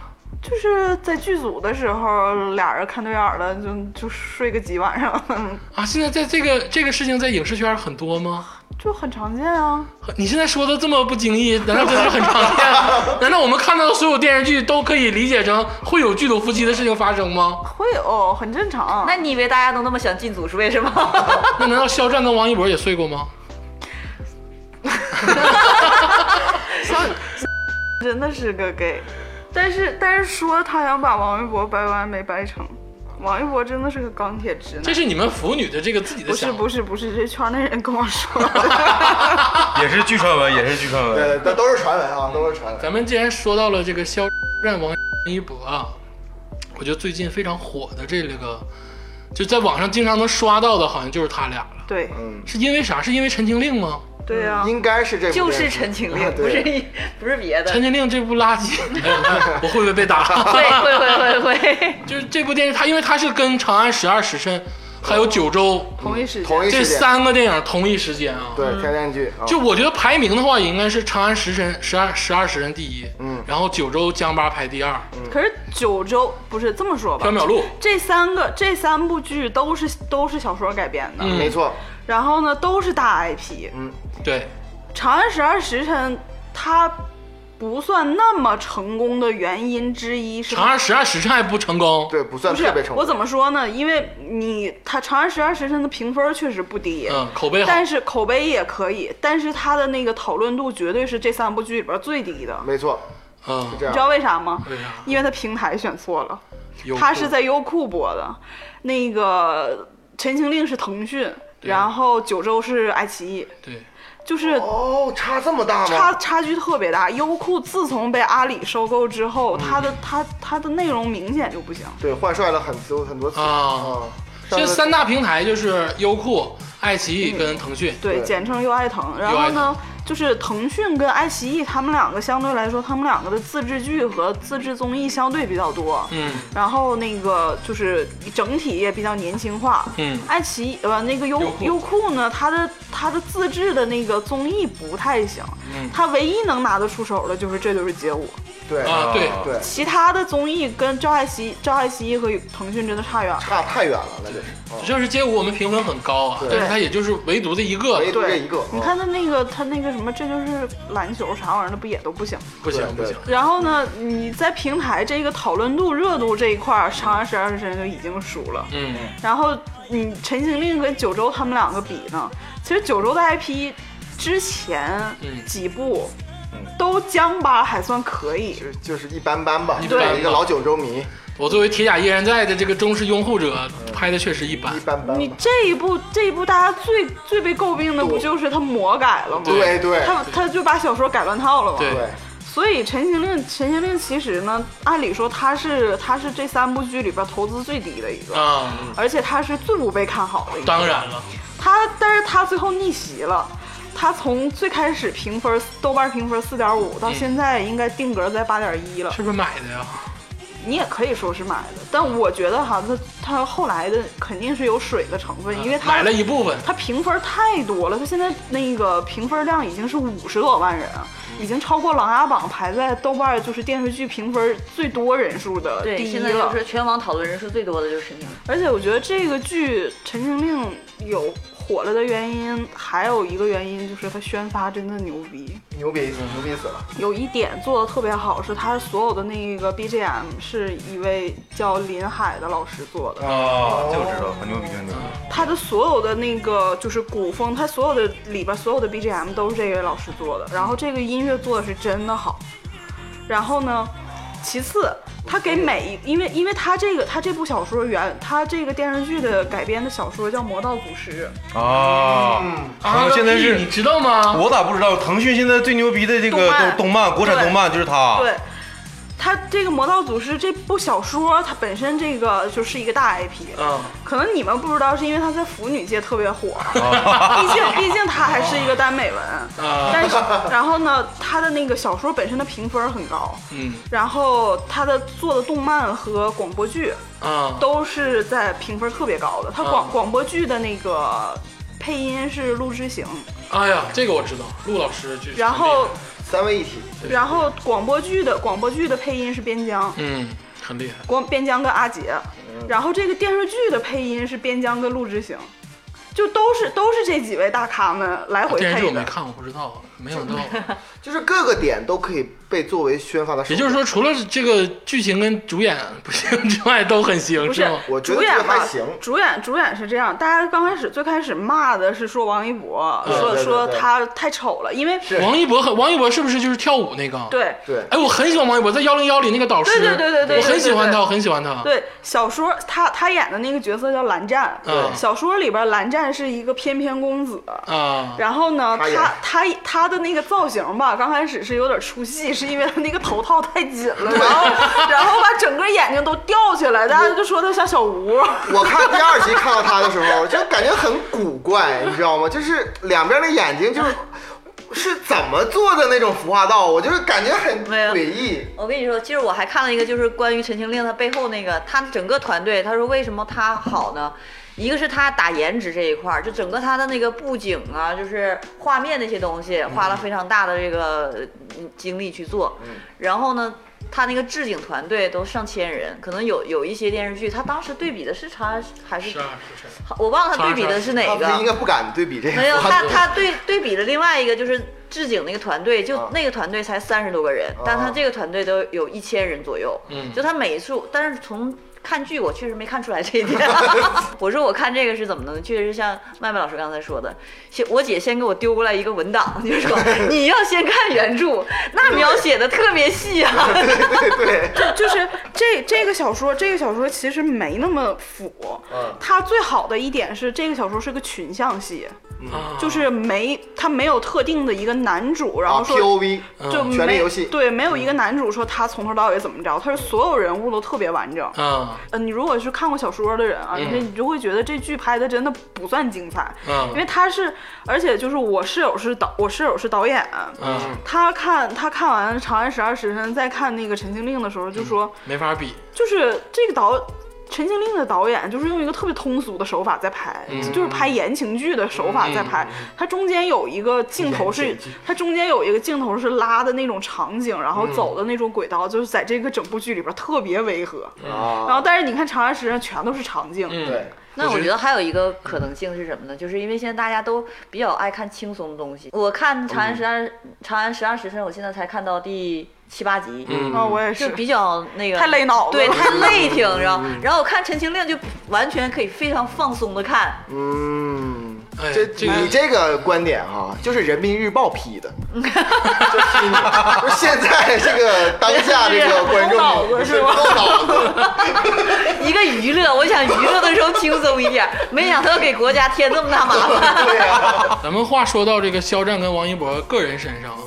[SPEAKER 6] 就是在剧组的时候俩人看对眼儿了，就就睡个几晚上，
[SPEAKER 2] 啊，现在在这个这个事情在影视圈很多吗？
[SPEAKER 6] 就很常见啊。
[SPEAKER 2] 你现在说的这么不经意，难道真的是很常见？ 难道我们看到的所有电视剧都可以理解成会有剧组夫妻的事情发生吗？
[SPEAKER 6] 会有，很正常。啊
[SPEAKER 3] 那你以为大家都那么想进组是为 什么？
[SPEAKER 2] 那难道肖战跟王一博也睡过吗？
[SPEAKER 6] 真的是个 gay，但是但是说他想把王一博掰弯没掰成，王一博真的是个钢铁直
[SPEAKER 2] 这
[SPEAKER 6] 男。
[SPEAKER 2] 是你们腐女的这个自己的
[SPEAKER 6] 不是
[SPEAKER 2] 想法。
[SPEAKER 6] 不
[SPEAKER 2] 是
[SPEAKER 6] 是不是，这圈内人跟我说的，
[SPEAKER 5] 也是据传闻，也是据传闻。
[SPEAKER 4] 对，但都是传闻啊，都是传闻。
[SPEAKER 2] 咱们既然说到了这个肖战、王一博啊，我觉得最近非常火的这个，就在网上经常能刷到的，好像就是他俩了。
[SPEAKER 6] 对
[SPEAKER 4] 嗯，
[SPEAKER 2] 是因为啥？是因为《陈情令》吗？
[SPEAKER 6] 对啊呀、
[SPEAKER 4] 应该是这部电
[SPEAKER 3] 就
[SPEAKER 4] 视。
[SPEAKER 3] 是《陈情令
[SPEAKER 4] 啊》，
[SPEAKER 3] 不是
[SPEAKER 4] 对，
[SPEAKER 3] 一不是别的。
[SPEAKER 2] 《陈情令》这部垃圾，哎我看我会不会被打？
[SPEAKER 3] 会会会会会，
[SPEAKER 2] 就是这部电视，它因为它是跟《长安十二时辰》还有《九州》
[SPEAKER 6] 同一时间
[SPEAKER 4] 同一
[SPEAKER 2] 这
[SPEAKER 4] 时间。
[SPEAKER 2] 三个电影同一时间啊。
[SPEAKER 4] 对，
[SPEAKER 6] 嗯
[SPEAKER 4] 天天剧啊。
[SPEAKER 2] 就我觉得排名的话，也应该是《长安十辰》十二十二时辰第一，
[SPEAKER 4] 嗯
[SPEAKER 2] 然后《九州》江八排第二，
[SPEAKER 6] 可是九州不是这么说吧
[SPEAKER 2] 缥？缈录》
[SPEAKER 6] 这三个这三部剧都是都是小说改编的，
[SPEAKER 2] 嗯
[SPEAKER 4] 没错，
[SPEAKER 6] 然后呢都是大 IP，《
[SPEAKER 4] 嗯，
[SPEAKER 2] 对，
[SPEAKER 6] 长安十二时辰》它不算那么成功的原因之一
[SPEAKER 2] 《
[SPEAKER 6] 是
[SPEAKER 2] 长安十二时辰》还不成功，
[SPEAKER 4] 对，不算
[SPEAKER 6] 不是
[SPEAKER 4] 特别成功。
[SPEAKER 6] 我怎么说呢？因为你它《长安十二时辰》的评分确实不低，
[SPEAKER 2] 嗯，口碑好，
[SPEAKER 6] 但是口碑也可以，但是它的那个讨论度绝对是这三部剧里边最低的。
[SPEAKER 4] 没错，
[SPEAKER 2] 嗯
[SPEAKER 4] 是，这
[SPEAKER 6] 你知道
[SPEAKER 4] 样。
[SPEAKER 6] 为啥吗？
[SPEAKER 2] 为啥？
[SPEAKER 6] 因为它平台选错了，
[SPEAKER 2] 优酷
[SPEAKER 6] 它是在优酷播的，那个《陈情令》是腾讯，然后《九州》是爱奇艺，
[SPEAKER 2] 对，
[SPEAKER 6] 就是
[SPEAKER 4] 哦，差这么大
[SPEAKER 6] 差
[SPEAKER 4] 吗？
[SPEAKER 6] 差距特别大。优酷自从被阿里收购之
[SPEAKER 2] 嗯
[SPEAKER 6] 后，它的它它的内容明显就不行。
[SPEAKER 4] 对，换帅了很多很多次
[SPEAKER 2] 啊
[SPEAKER 4] 啊。
[SPEAKER 6] 哦
[SPEAKER 4] 上
[SPEAKER 2] 这
[SPEAKER 4] 次
[SPEAKER 2] 三大平台就是优酷、爱奇
[SPEAKER 6] 嗯
[SPEAKER 2] 艺跟腾讯，
[SPEAKER 6] 对，
[SPEAKER 4] 对
[SPEAKER 6] 简称优爱腾。然后呢，就是腾讯跟爱奇艺，他们两个相对来说，他们两个的自制剧和自制综艺相对比较多。
[SPEAKER 2] 嗯
[SPEAKER 6] 然后那个就是整体也比较年轻化。
[SPEAKER 2] 嗯，
[SPEAKER 6] 爱奇艺呃那个优
[SPEAKER 2] 优酷
[SPEAKER 6] 优酷呢，它的它的自制的那个综艺不太行，
[SPEAKER 2] 嗯
[SPEAKER 6] 它唯一能拿得出手的就是这就是街舞，
[SPEAKER 4] 对
[SPEAKER 2] 啊对
[SPEAKER 4] 对，
[SPEAKER 6] 其他的综艺跟赵爱奇赵爱奇艺和腾讯真的差远了。
[SPEAKER 4] 差太远了，那就是。啊
[SPEAKER 2] 就是街舞我们评分很高啊，
[SPEAKER 4] 对
[SPEAKER 2] 但是它也就是唯独的一个
[SPEAKER 4] 唯独这
[SPEAKER 6] 对
[SPEAKER 4] 一个，
[SPEAKER 6] 你
[SPEAKER 4] 啊
[SPEAKER 6] 看他那个他那个什么，这就是篮球啥玩意儿的，不也都不行吗
[SPEAKER 2] 不行
[SPEAKER 4] 对
[SPEAKER 2] 不
[SPEAKER 4] 对
[SPEAKER 2] 行，
[SPEAKER 6] 然后呢，你在平台这个讨论度、热度这一块儿，《长安十二时辰》就已经输了。
[SPEAKER 2] 嗯，
[SPEAKER 6] 然后你《陈情令》跟《九州》他们两个比呢，其实《九州》的 IP 之前
[SPEAKER 2] 嗯
[SPEAKER 6] 几部都将吧，还算可以。
[SPEAKER 4] 就就是一般般吧，
[SPEAKER 2] 一
[SPEAKER 4] 作
[SPEAKER 2] 般
[SPEAKER 4] 为一个
[SPEAKER 2] 吧
[SPEAKER 4] 老九州迷，
[SPEAKER 2] 我作为铁甲依然在的这个忠实拥护者，拍的确实一般
[SPEAKER 4] 一。般般
[SPEAKER 6] 你
[SPEAKER 4] 吧。
[SPEAKER 6] 这一部这一部大家最最被诟病的不
[SPEAKER 4] 对
[SPEAKER 6] 就是他魔改了吗？
[SPEAKER 4] 对对
[SPEAKER 6] 他他就把小说改乱套了嘛。
[SPEAKER 2] 对
[SPEAKER 4] 对，
[SPEAKER 6] 所以《陈情令》《陈情令》其实呢，按理说它是它是这三部剧里边投资最低的一个，
[SPEAKER 2] 啊、
[SPEAKER 6] 而且它是最不被看好的一个。
[SPEAKER 2] 当然了，
[SPEAKER 6] 它但是它最后逆袭了。它从最开始评分豆瓣评分四点五，
[SPEAKER 3] 嗯
[SPEAKER 6] 到现在应该定格在八点一了。
[SPEAKER 2] 是不是买的呀？
[SPEAKER 6] 你也可以说是买的，但我觉得哈，它它后来的肯定是有水的成
[SPEAKER 3] 嗯
[SPEAKER 6] 分，因为它
[SPEAKER 2] 买了一部分，
[SPEAKER 6] 它评分太多了，它现在那个评分量已经是五十多万人啊，
[SPEAKER 3] 嗯
[SPEAKER 6] 已经超过《琅琊榜》排在豆瓣儿就是电视剧评分最多人数的
[SPEAKER 3] 对，
[SPEAKER 6] 第一
[SPEAKER 3] 现在就
[SPEAKER 6] 了。
[SPEAKER 3] 是全网讨论人数最多的就是陈情令。
[SPEAKER 6] 而且我觉得这个剧《陈情令》有火了的原因，还有一个原因就是它宣发真的牛逼。
[SPEAKER 4] 牛逼牛逼死了！
[SPEAKER 6] 有一点做的特别好是它所有的那个 BGM 是一位叫林海的老师做的。
[SPEAKER 5] 啊，这我知道，很牛逼，很牛逼。
[SPEAKER 6] 他的所有的那个就是古风，他所有的里边所有的 BGM 都是这位老师做的，然后这个音乐做的是真的好。然后呢，其次，他给每一，因为因为他这个他这部小说原他这个电视剧的改编的小说叫《魔道祖师
[SPEAKER 5] 啊，
[SPEAKER 4] 嗯
[SPEAKER 2] 啊，
[SPEAKER 5] 现在是
[SPEAKER 2] 你知道吗？
[SPEAKER 5] 我咋不知道？腾讯现在最牛逼的这
[SPEAKER 6] 动
[SPEAKER 5] 个
[SPEAKER 6] 漫
[SPEAKER 5] 动动漫，国产
[SPEAKER 6] 对
[SPEAKER 5] 动漫就是它》。。
[SPEAKER 6] 对，他这个《魔道祖师》这部小说，它本身这个就是一个大 IP，
[SPEAKER 2] 嗯，
[SPEAKER 6] 可能你们不知道，是因为他在腐女界特别火，毕竟毕竟他还是一个耽美文。
[SPEAKER 2] 啊，
[SPEAKER 6] 但是，然后呢，他的那个小说本身的评分很高，
[SPEAKER 2] 嗯，
[SPEAKER 6] 然后他的做的动漫和广播剧
[SPEAKER 2] 啊，
[SPEAKER 6] 都是在评分特别高的。他广、广播剧的那个配音是陆之行，
[SPEAKER 2] 哎呀，这个我知道，陆老师就
[SPEAKER 6] 然后
[SPEAKER 4] 三位一体，
[SPEAKER 6] 然后广播剧的广播剧的配音是边疆，
[SPEAKER 2] 嗯，很厉害，
[SPEAKER 6] 光边疆跟阿杰，
[SPEAKER 4] 嗯
[SPEAKER 6] 然后这个电视剧的配音是边疆跟陆之行。就都是都是这几位大咖们来 回
[SPEAKER 2] 电视剧
[SPEAKER 6] 配
[SPEAKER 2] 我没
[SPEAKER 6] 的，
[SPEAKER 2] 看，我不知道，没想到。
[SPEAKER 4] 就是各个点都可以被作为宣发的手
[SPEAKER 2] 也
[SPEAKER 4] 段。
[SPEAKER 2] 就是说，除了这个剧情跟主演不行 之外，都很行，
[SPEAKER 6] 不
[SPEAKER 2] 是
[SPEAKER 6] 是
[SPEAKER 2] 吗？
[SPEAKER 4] 我觉得
[SPEAKER 6] 主演
[SPEAKER 4] 这个还
[SPEAKER 6] 吧
[SPEAKER 4] 行
[SPEAKER 6] 主演主演是这样，大家刚开始最开始骂的是说王一博，
[SPEAKER 4] 啊对
[SPEAKER 6] 说
[SPEAKER 4] 对对
[SPEAKER 6] 说
[SPEAKER 4] 对
[SPEAKER 6] 他太丑了，因为
[SPEAKER 4] 是
[SPEAKER 2] 王一博和王一博是不是就是跳舞那个？。
[SPEAKER 6] 对
[SPEAKER 4] 对，
[SPEAKER 2] 哎，我很喜欢王一博，在幺零幺里那个导师，
[SPEAKER 6] 对对对对对
[SPEAKER 2] 我很喜欢
[SPEAKER 6] 对对
[SPEAKER 2] 他，
[SPEAKER 6] 对
[SPEAKER 2] 我很喜欢他。
[SPEAKER 6] 对小说他他演的那个角色叫蓝湛，
[SPEAKER 2] 嗯
[SPEAKER 6] 小说里边蓝湛是一个翩翩公子。
[SPEAKER 2] 啊，
[SPEAKER 6] 然后呢，
[SPEAKER 4] 他演
[SPEAKER 6] 他他他的那个造型吧，刚开始是有点出 戏，是因为他那个头套太紧了，然后然后把整个眼睛都吊起来，大家就说他像小 吴。
[SPEAKER 4] 我看第二集看到他的时候，就感觉很古怪，你知道吗？就是两边的眼睛就是是怎么做的那种服化道，我就是感觉很
[SPEAKER 3] 没有
[SPEAKER 4] 诡异。
[SPEAKER 3] 我跟你说，其实我还看了一个，就是关于陈情令他背后那个他整个团队，他说为什么他好呢？一个是他打颜值这一块儿，就整个他的那个布景啊，就是画面那些东西，花了非常大的这个嗯精力去做。然后呢，他那个置景团队都上千人，可能有有一些电视剧，他当时对比的是他还是
[SPEAKER 2] 是啊，是是。
[SPEAKER 3] 我忘了他对比的是哪
[SPEAKER 4] 他
[SPEAKER 3] 个。
[SPEAKER 4] 们应该不敢对比这个
[SPEAKER 3] 没有，
[SPEAKER 4] 服化
[SPEAKER 3] 他
[SPEAKER 4] 道
[SPEAKER 3] 他对对比了另外一个就是置景那个团队，就
[SPEAKER 4] 啊
[SPEAKER 3] 那个团队才三十多个人，但他这个团队都有一千人左右。
[SPEAKER 2] 嗯
[SPEAKER 3] 就他每一处，但是从看剧我确实没看出来这一 点。我说我看这个是怎么的呢？确实像麦麦老师刚才说的，先我姐先给我丢过来一个文档，就 说你要先看原著，那描写的特别细啊。
[SPEAKER 6] 就是这这个小说，这个小说其实没那么腐。
[SPEAKER 4] 嗯
[SPEAKER 6] 它最好的一点是，这个小说是个群像戏，
[SPEAKER 4] 嗯
[SPEAKER 2] 啊
[SPEAKER 6] 就是没它没有特定的一个男主，然
[SPEAKER 4] 啊
[SPEAKER 6] 后说。
[SPEAKER 4] POV
[SPEAKER 2] 嗯
[SPEAKER 6] 就
[SPEAKER 4] 权力
[SPEAKER 6] 没
[SPEAKER 4] 游戏嗯
[SPEAKER 6] 对，没有一个男主说他从头到尾怎么着，他是所有人物都特别完整。
[SPEAKER 2] 啊，
[SPEAKER 6] 呃，你如果是看过小说的人啊，你你就会觉得这剧拍的真的不算精彩，
[SPEAKER 2] 嗯
[SPEAKER 6] 因为他是，而且就是我室友是导，我室友是导演，
[SPEAKER 2] 嗯，
[SPEAKER 6] 他看他看完《长安十二时辰》再看那个《陈情令》的时候就说，
[SPEAKER 2] 没法比。
[SPEAKER 6] 就是这个导《陈情令》的导演，就是用一个特别通俗的手法在拍，就是拍言情剧的手法在拍。它中间有一个镜头是，它中间有一个镜头是拉的那种场景，然后走的那种轨道，就是在这个整部剧里边特别违和。然
[SPEAKER 4] 啊，
[SPEAKER 6] 后，但是你看《长安十》上全都是场景，
[SPEAKER 2] 嗯，
[SPEAKER 4] 对，
[SPEAKER 3] 那我觉得还有一个可能性是什么呢？就是因为现在大家都比较爱看轻松的东西。我看《长安十二》长安十二时辰》，我现在才看到第七八集，
[SPEAKER 2] 嗯
[SPEAKER 6] 啊，我也。
[SPEAKER 3] 就是比较那个
[SPEAKER 6] 太累脑子了
[SPEAKER 3] 对，太累嗯挺着。然后我看《陈情令》就完全可以非常放松的看，
[SPEAKER 4] 嗯，
[SPEAKER 2] 哎，
[SPEAKER 4] 这
[SPEAKER 2] 这个
[SPEAKER 4] 你这个观点哈、就是人民日报批 的，就是你就现在这个当下这个观众
[SPEAKER 3] 够脑子是吗
[SPEAKER 4] 够脑子，
[SPEAKER 3] 一个娱乐，我想娱乐的时候轻松一点，没想到给国家添这么大麻 烦。
[SPEAKER 4] 对呀，
[SPEAKER 2] 咱们话说到这个肖战跟王一博个人身上啊，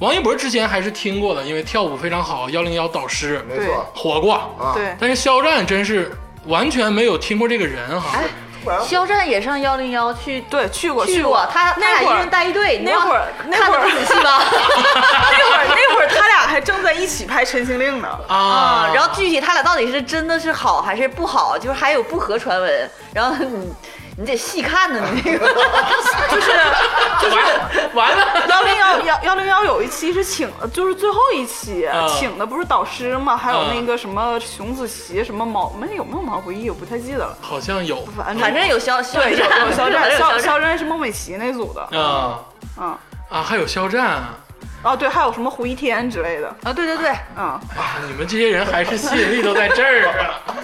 [SPEAKER 2] 王一博之前还是听过的，因为跳舞非常好，幺零幺导师
[SPEAKER 4] 没错
[SPEAKER 2] 火过。
[SPEAKER 4] 啊，
[SPEAKER 6] 对，
[SPEAKER 2] 但是肖战真是完全没有听过这个人哈。
[SPEAKER 3] 哎，肖战也上幺零幺去
[SPEAKER 6] 对，去过
[SPEAKER 3] 去
[SPEAKER 6] 过
[SPEAKER 3] 过，，他他俩
[SPEAKER 6] 那
[SPEAKER 3] 一
[SPEAKER 6] 会
[SPEAKER 3] 人
[SPEAKER 6] 儿
[SPEAKER 3] 带一队，你
[SPEAKER 6] 那会儿
[SPEAKER 3] 忘
[SPEAKER 6] 那会儿
[SPEAKER 3] 看的不仔细吧？
[SPEAKER 6] 那会儿那会儿他俩还正在一起拍《陈情令》呢。
[SPEAKER 2] 啊
[SPEAKER 3] 啊，，然后具体他俩到底是真的是好还是不好，就是还有不合传闻，然后你你得细看呢，你那个就是
[SPEAKER 2] 完了完了，
[SPEAKER 6] 幺零幺幺幺零幺有一期是请，呃就是最后一期、
[SPEAKER 2] 嗯
[SPEAKER 6] 请的不是导师吗？还有
[SPEAKER 2] 嗯
[SPEAKER 6] 那个什么熊梓淇，什么毛没有没有毛不易，我不太记得了。
[SPEAKER 2] 好像有
[SPEAKER 6] 反正
[SPEAKER 3] 反正有肖肖
[SPEAKER 6] 对有
[SPEAKER 3] 战，
[SPEAKER 6] 有肖
[SPEAKER 3] 反
[SPEAKER 6] 战，
[SPEAKER 3] 正有
[SPEAKER 6] 肖
[SPEAKER 3] 肖战，
[SPEAKER 6] 肖战是孟美岐那组的，
[SPEAKER 2] 啊
[SPEAKER 6] 嗯，
[SPEAKER 2] 啊，还有肖战啊
[SPEAKER 6] 哦对，还有什么胡一天之类的，
[SPEAKER 3] 啊，对对对，
[SPEAKER 6] 嗯，
[SPEAKER 2] 啊，你们这些人还是吸引力都在这儿 啊。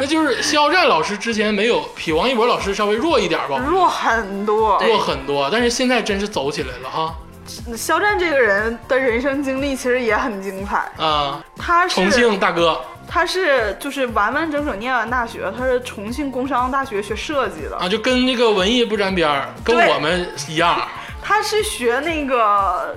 [SPEAKER 2] 那就是肖战老师之前没有比王一博老师稍微弱一点
[SPEAKER 3] 嗯
[SPEAKER 2] 吧，
[SPEAKER 6] 弱很多。
[SPEAKER 2] 弱很多，但是现在真是走起来了哈
[SPEAKER 6] 肖战这个人的人生经历其实也很精彩，
[SPEAKER 2] 啊！
[SPEAKER 6] 他是
[SPEAKER 2] 重庆大哥
[SPEAKER 6] 他是就是完完整整念完大学，他是重庆工商大学学设计的，
[SPEAKER 2] 啊，就跟那个文艺不沾边儿，跟
[SPEAKER 6] 对
[SPEAKER 2] 我们一样。
[SPEAKER 6] 他是学那个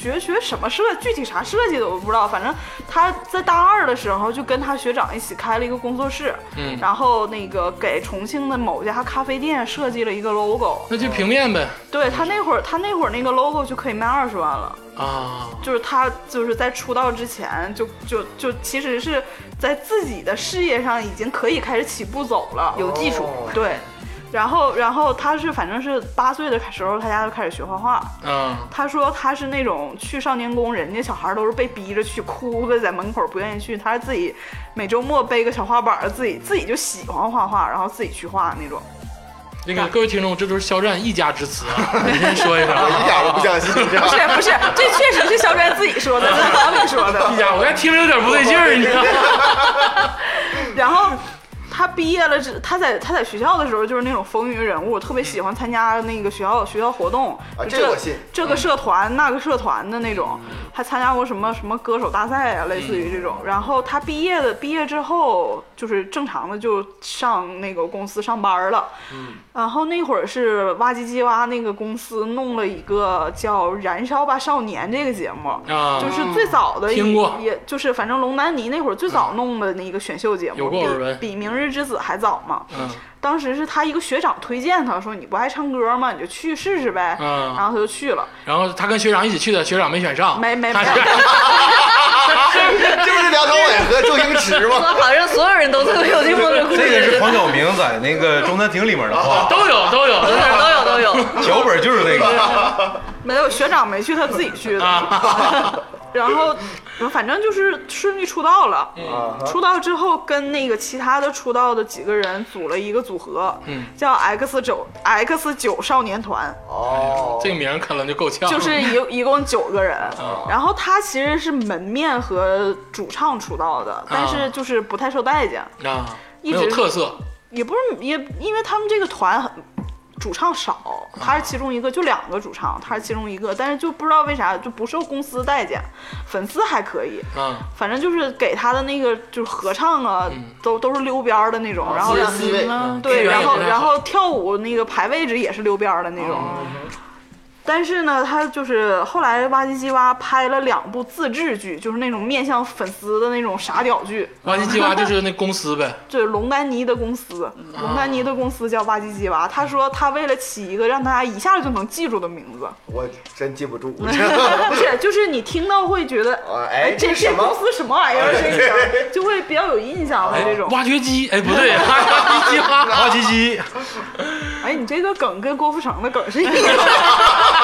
[SPEAKER 6] 学学什么设，具体啥设计的我不知道，反正他在大二的时候就跟他学长一起开了一个工作室，
[SPEAKER 2] 嗯
[SPEAKER 6] 然后那个给重庆的某家咖啡店设计了一个 logo，
[SPEAKER 2] 那就平面呗
[SPEAKER 6] 对他那会儿他那会儿那个 logo 就可以卖二十万了。
[SPEAKER 2] 啊，
[SPEAKER 6] 就是他就是在出道之前就就就其实是在自己的事业上已经可以开始起步走了，
[SPEAKER 3] 有技术，
[SPEAKER 4] 哦
[SPEAKER 6] 对。然后，然后他是反正是八岁的时候，他家就开始学画画。
[SPEAKER 2] 嗯
[SPEAKER 6] 他说他是那种去少年宫，人家小孩都是被逼着去，哭着在门口不愿意去。他是自己每周末背个小画板儿，自己自己就喜欢画画，然后自己去画那种。
[SPEAKER 2] 那个各位听众，这都是肖战一家之词 啊，你先说一声啊，
[SPEAKER 4] 我一点都不相信，你知道
[SPEAKER 6] 不
[SPEAKER 4] 吗
[SPEAKER 6] 是不是，这确实是肖战自己说的，这是他们说的。
[SPEAKER 2] 一家，我还听着有点不对劲儿，你知道吗？
[SPEAKER 6] 然后他毕业了之，他在他在学校的时候就是那种风云人物，特别喜欢参加那个学校学校活动，
[SPEAKER 4] 啊
[SPEAKER 6] 就
[SPEAKER 4] 这我信
[SPEAKER 6] 这个社团、那个社团的那种，还参加过什么什么歌手大赛啊，类似于这种。
[SPEAKER 4] 嗯
[SPEAKER 6] 然后他毕业的毕业之后，就是正常的就上那个公司上班了。嗯，然后那会儿是哇唧唧哇那个公司弄了一个叫《燃烧吧少年》这个节目，
[SPEAKER 2] 啊，
[SPEAKER 6] 就是最早的
[SPEAKER 2] 听
[SPEAKER 6] 也
[SPEAKER 2] 过嗯
[SPEAKER 6] 也就是反正龙丹妮那会儿最早弄的那个选秀节目，
[SPEAKER 2] 有过耳闻
[SPEAKER 6] 比比《明日之子》还早嘛。
[SPEAKER 2] 嗯
[SPEAKER 6] 当时是他一个学长推荐他说：“你不爱唱歌吗？你就去试试呗。
[SPEAKER 2] 嗯
[SPEAKER 6] 然后他就去了，
[SPEAKER 2] 然后他跟学长一起去的，学长没选上，
[SPEAKER 6] 没没
[SPEAKER 2] 他
[SPEAKER 6] 没，
[SPEAKER 4] 这不是梁朝伟和周星驰
[SPEAKER 3] 说
[SPEAKER 4] 吗？
[SPEAKER 3] 好像所有人都特别有这么个故
[SPEAKER 5] 这个是
[SPEAKER 3] 事，
[SPEAKER 5] 黄晓明在那个《中餐厅》里面 的 话，
[SPEAKER 2] 都有都有
[SPEAKER 3] 都有都有都有，
[SPEAKER 5] 脚本就是那个。
[SPEAKER 6] 没有学长没去，他自己去的。
[SPEAKER 2] 啊，
[SPEAKER 6] 然后反正就是顺利出道了。
[SPEAKER 2] 嗯
[SPEAKER 4] 啊哈
[SPEAKER 6] 出道之后，跟那个其他的出道的几个人组了一个组合，
[SPEAKER 2] 嗯
[SPEAKER 6] 叫 X 九 X 九少年团。
[SPEAKER 4] 哦，
[SPEAKER 2] 这个名儿看了就够 呛，
[SPEAKER 6] 就是一一共九个人，然后他其实是门面和主唱出道的，但是就是不太受待见，
[SPEAKER 2] 啊，没
[SPEAKER 6] 一直
[SPEAKER 2] 有特色，
[SPEAKER 6] 也不是也因为他们这个团很主唱少，他是其中一个，就两个主唱，他是其中一个，但是就不知道为啥就不受公司待见，粉丝还可以，
[SPEAKER 2] 啊，
[SPEAKER 6] 反正就是给他的那个就是合唱啊，都都是溜边儿哦的嗯那种，然后
[SPEAKER 4] 自
[SPEAKER 6] 让
[SPEAKER 4] 由 C 位，
[SPEAKER 2] 资
[SPEAKER 6] 对，
[SPEAKER 2] 源
[SPEAKER 6] 然
[SPEAKER 2] 也
[SPEAKER 6] 后
[SPEAKER 2] 不太
[SPEAKER 6] 然
[SPEAKER 2] 好
[SPEAKER 6] 后跳舞那个哦排位置也是溜边儿的那种。但是呢，他就是后来哇唧唧哇拍了两部自制剧，就是那种面向粉丝的那种傻屌剧。
[SPEAKER 2] 挖机机挖就是那公司 呗，
[SPEAKER 6] 就是龙丹妮的公司，龙丹妮的公司叫哇唧唧哇。他说他为了起一个让大家一下就能记住的名字，
[SPEAKER 4] 我真记不 住。
[SPEAKER 6] 不是，就是你听到会觉得，
[SPEAKER 4] 啊 哎
[SPEAKER 6] 哎，这
[SPEAKER 4] 这是
[SPEAKER 6] 这
[SPEAKER 4] 什么
[SPEAKER 6] 公司什么玩意儿？这 个就会比较有印象 的这种。
[SPEAKER 2] 挖掘机，哎，不对，挖掘机
[SPEAKER 5] 阿
[SPEAKER 2] 挖，
[SPEAKER 5] 基基，
[SPEAKER 6] 哎，你这个梗跟郭富城的梗是一 样的。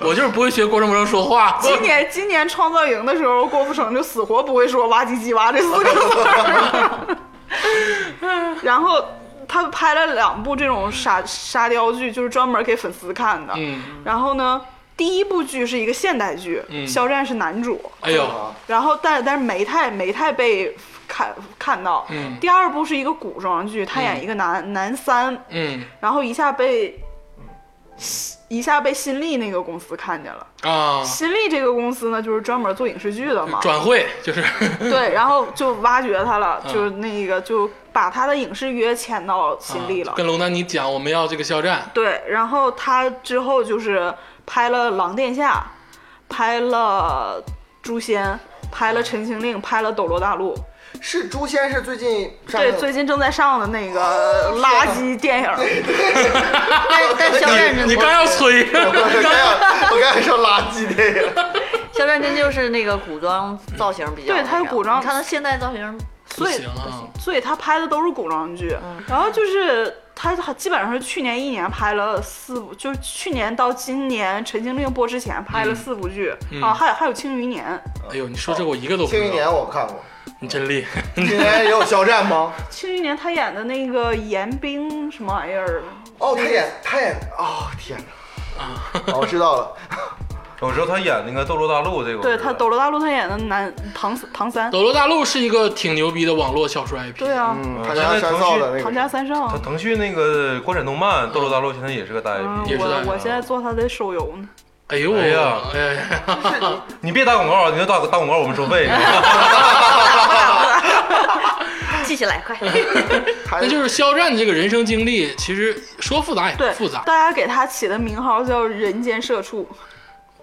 [SPEAKER 2] 我就是不会学郭正博说 话，
[SPEAKER 6] 今年今年创造营的时候，郭富城就死活不会说“哇唧唧哇”这四 个字儿。然后他拍了两部这种沙沙雕剧，就是专门给粉丝看的。
[SPEAKER 2] 嗯
[SPEAKER 6] 然后呢，第一部剧是一个现代剧，
[SPEAKER 2] 嗯
[SPEAKER 6] 肖战是男主，
[SPEAKER 2] 哎呦，
[SPEAKER 4] 啊，
[SPEAKER 6] 然后但但是没太没太被看看到。
[SPEAKER 2] 嗯
[SPEAKER 6] 第二部是一个古装剧，他演一个男、男三，
[SPEAKER 2] 嗯
[SPEAKER 6] 然后一下被一下被新力那个公司看见了。
[SPEAKER 2] 啊，
[SPEAKER 6] 新力这个公司呢，就是专门做影视剧的嘛，
[SPEAKER 2] 转会 就是，
[SPEAKER 6] 对，然后就挖掘他了，
[SPEAKER 2] 嗯
[SPEAKER 6] 就那个就把他的影视约签到新力了。
[SPEAKER 2] 啊跟龙丹妮讲我们要这个肖战，
[SPEAKER 6] 对，然后他之后就是拍了《狼殿下》，拍了《诛仙》，拍了《陈情令》，拍了《斗罗大陆》。
[SPEAKER 4] 是《诛仙》是最近上映
[SPEAKER 6] 对，最近正在上的那个垃圾电 影儿，
[SPEAKER 3] 但但肖战真
[SPEAKER 2] 你刚
[SPEAKER 3] 的，
[SPEAKER 2] 要催，
[SPEAKER 4] 我刚想我刚才说垃圾电影，
[SPEAKER 3] 肖战真就是那个古装造型比较那啥，
[SPEAKER 6] 对他是古装
[SPEAKER 3] 你看他现代造型，
[SPEAKER 2] 不
[SPEAKER 6] 所以
[SPEAKER 2] 行啊，
[SPEAKER 6] 所以他拍的都是古装剧。然后就是他基本上是去年一年拍了四部，就是去年到今年《陈情令》播之前拍了四部剧、
[SPEAKER 2] 嗯
[SPEAKER 6] 啊，还有还有《庆余年》。
[SPEAKER 2] 哎呦，你说这我一个都
[SPEAKER 4] 《
[SPEAKER 2] 不知
[SPEAKER 4] 庆余年
[SPEAKER 2] 道，》
[SPEAKER 4] 我看过，
[SPEAKER 2] 你真厉害，
[SPEAKER 4] 《庆余年》也有肖战 吗？
[SPEAKER 6] 庆余年他演的那个严冰什么玩意儿，
[SPEAKER 4] 哦，他演他演哦，天哪！ 啊，我知道了，
[SPEAKER 5] 我知道他演那个《斗罗大陆》这个，
[SPEAKER 6] 对他《斗罗大陆》他演的男唐唐三，
[SPEAKER 2] 《斗罗大陆》是一个挺牛逼的网络小说 IP，
[SPEAKER 6] 对啊，
[SPEAKER 4] 嗯，
[SPEAKER 5] 嗯
[SPEAKER 4] 他家山造的那
[SPEAKER 6] 唐
[SPEAKER 4] 个，
[SPEAKER 6] 家三
[SPEAKER 5] 他
[SPEAKER 6] 少。
[SPEAKER 5] 腾讯那个国产动漫《斗罗大陆》现在也是个大
[SPEAKER 6] 嗯，
[SPEAKER 2] 也
[SPEAKER 4] 哦
[SPEAKER 5] IP。
[SPEAKER 2] 是在
[SPEAKER 6] 我我现在做他的手游呢，
[SPEAKER 2] 哎呦，
[SPEAKER 5] 哎呀
[SPEAKER 2] 哎呀，
[SPEAKER 5] 你别打广告，你要打打广告我们收 费。
[SPEAKER 3] 记起来快。
[SPEAKER 4] 他
[SPEAKER 2] 那就是肖战这个人生经历，其实说复杂也
[SPEAKER 6] 对，
[SPEAKER 2] 不复杂
[SPEAKER 6] 大家给他起的名号叫“人间社畜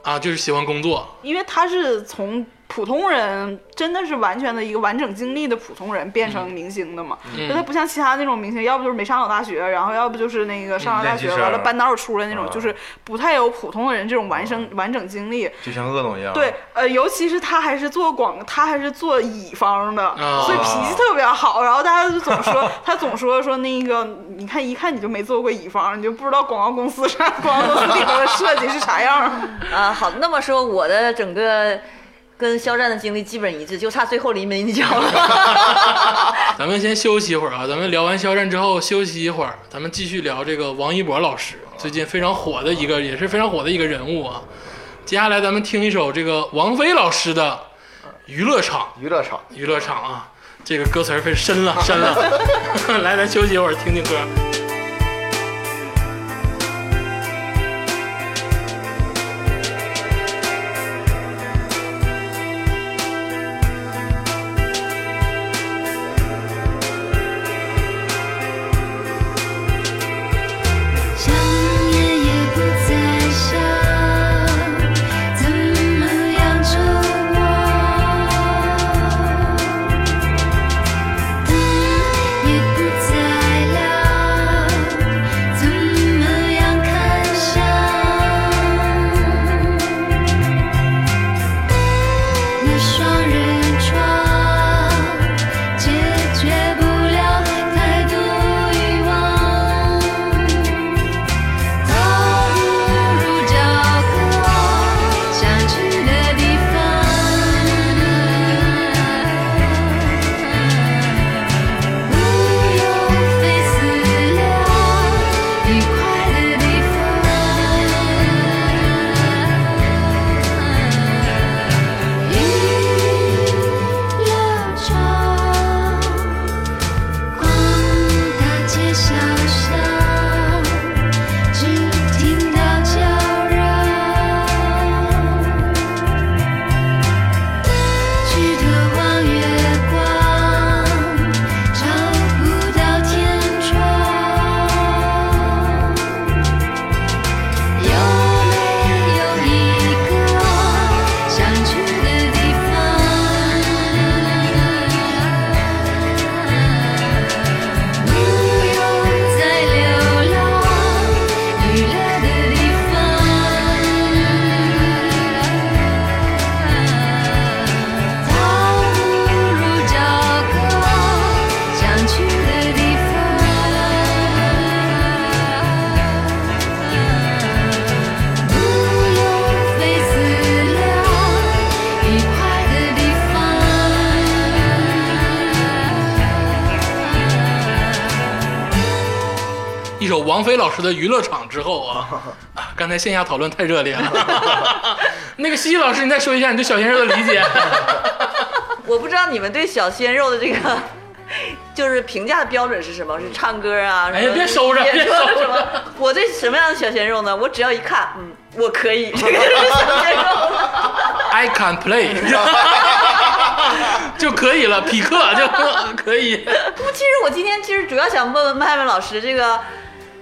[SPEAKER 2] 啊，就是喜欢工作”，，
[SPEAKER 6] 因为他是从普通人，真的是完全的一个完整经历的普通人变成明星的嘛。就他
[SPEAKER 2] 嗯
[SPEAKER 6] 不像其他那种明星，要不就是没上好大学，然后要不就是那个上
[SPEAKER 5] 嗯
[SPEAKER 6] 了大
[SPEAKER 5] 练习
[SPEAKER 6] 学
[SPEAKER 5] 生
[SPEAKER 6] 完了半道儿出来那种，
[SPEAKER 5] 啊
[SPEAKER 6] 就是不太有普通人这种完整完整经历。
[SPEAKER 5] 就像恶总一样。
[SPEAKER 6] 对，，呃，尤其是他还是做广，他还是做乙方的，
[SPEAKER 2] 啊
[SPEAKER 6] 所以脾气特别好。然后大家就总 说他总说说那个，你看一看你就没做过乙方，你就不知道广告公司上广告公司里头的设计是啥样儿。
[SPEAKER 3] 啊，好，那么说我的整个跟肖战的经历基本一致，就差最后临门一脚了。
[SPEAKER 2] 咱们先休息一会儿啊，咱们聊完肖战之后休息一会儿，咱们继续聊这个王一博老师，最近非常火的一个，也是非常火的一个人物啊。接下来咱们听一首这个王菲老师的《娱乐场
[SPEAKER 4] 娱乐场。》，
[SPEAKER 2] 娱乐场啊，这个歌词儿非深了深了。 来，咱休息一会儿，听听歌。
[SPEAKER 7] 想念也不再想，怎么样折磨？等也不再亮，
[SPEAKER 2] 王菲老师的娱乐场之后啊， 啊刚才线下讨论太热烈了。 那个西西老师，你再说一下你对小鲜肉的理 解。
[SPEAKER 3] 我不知道你们对小鲜肉的这个 就是评价的标准是什么？是唱歌啊？
[SPEAKER 2] 嗯哎呀
[SPEAKER 3] 什么
[SPEAKER 2] 别收着
[SPEAKER 3] 演出啊
[SPEAKER 2] 别收着
[SPEAKER 3] 什么？我对什么样的小鲜肉呢？我只要一看，嗯，我可 以，这个就是小鲜肉。
[SPEAKER 2] I can play，就可以了，匹克就 可以。
[SPEAKER 3] 不，其实我今天其实主要想问问麦麦老师，这个，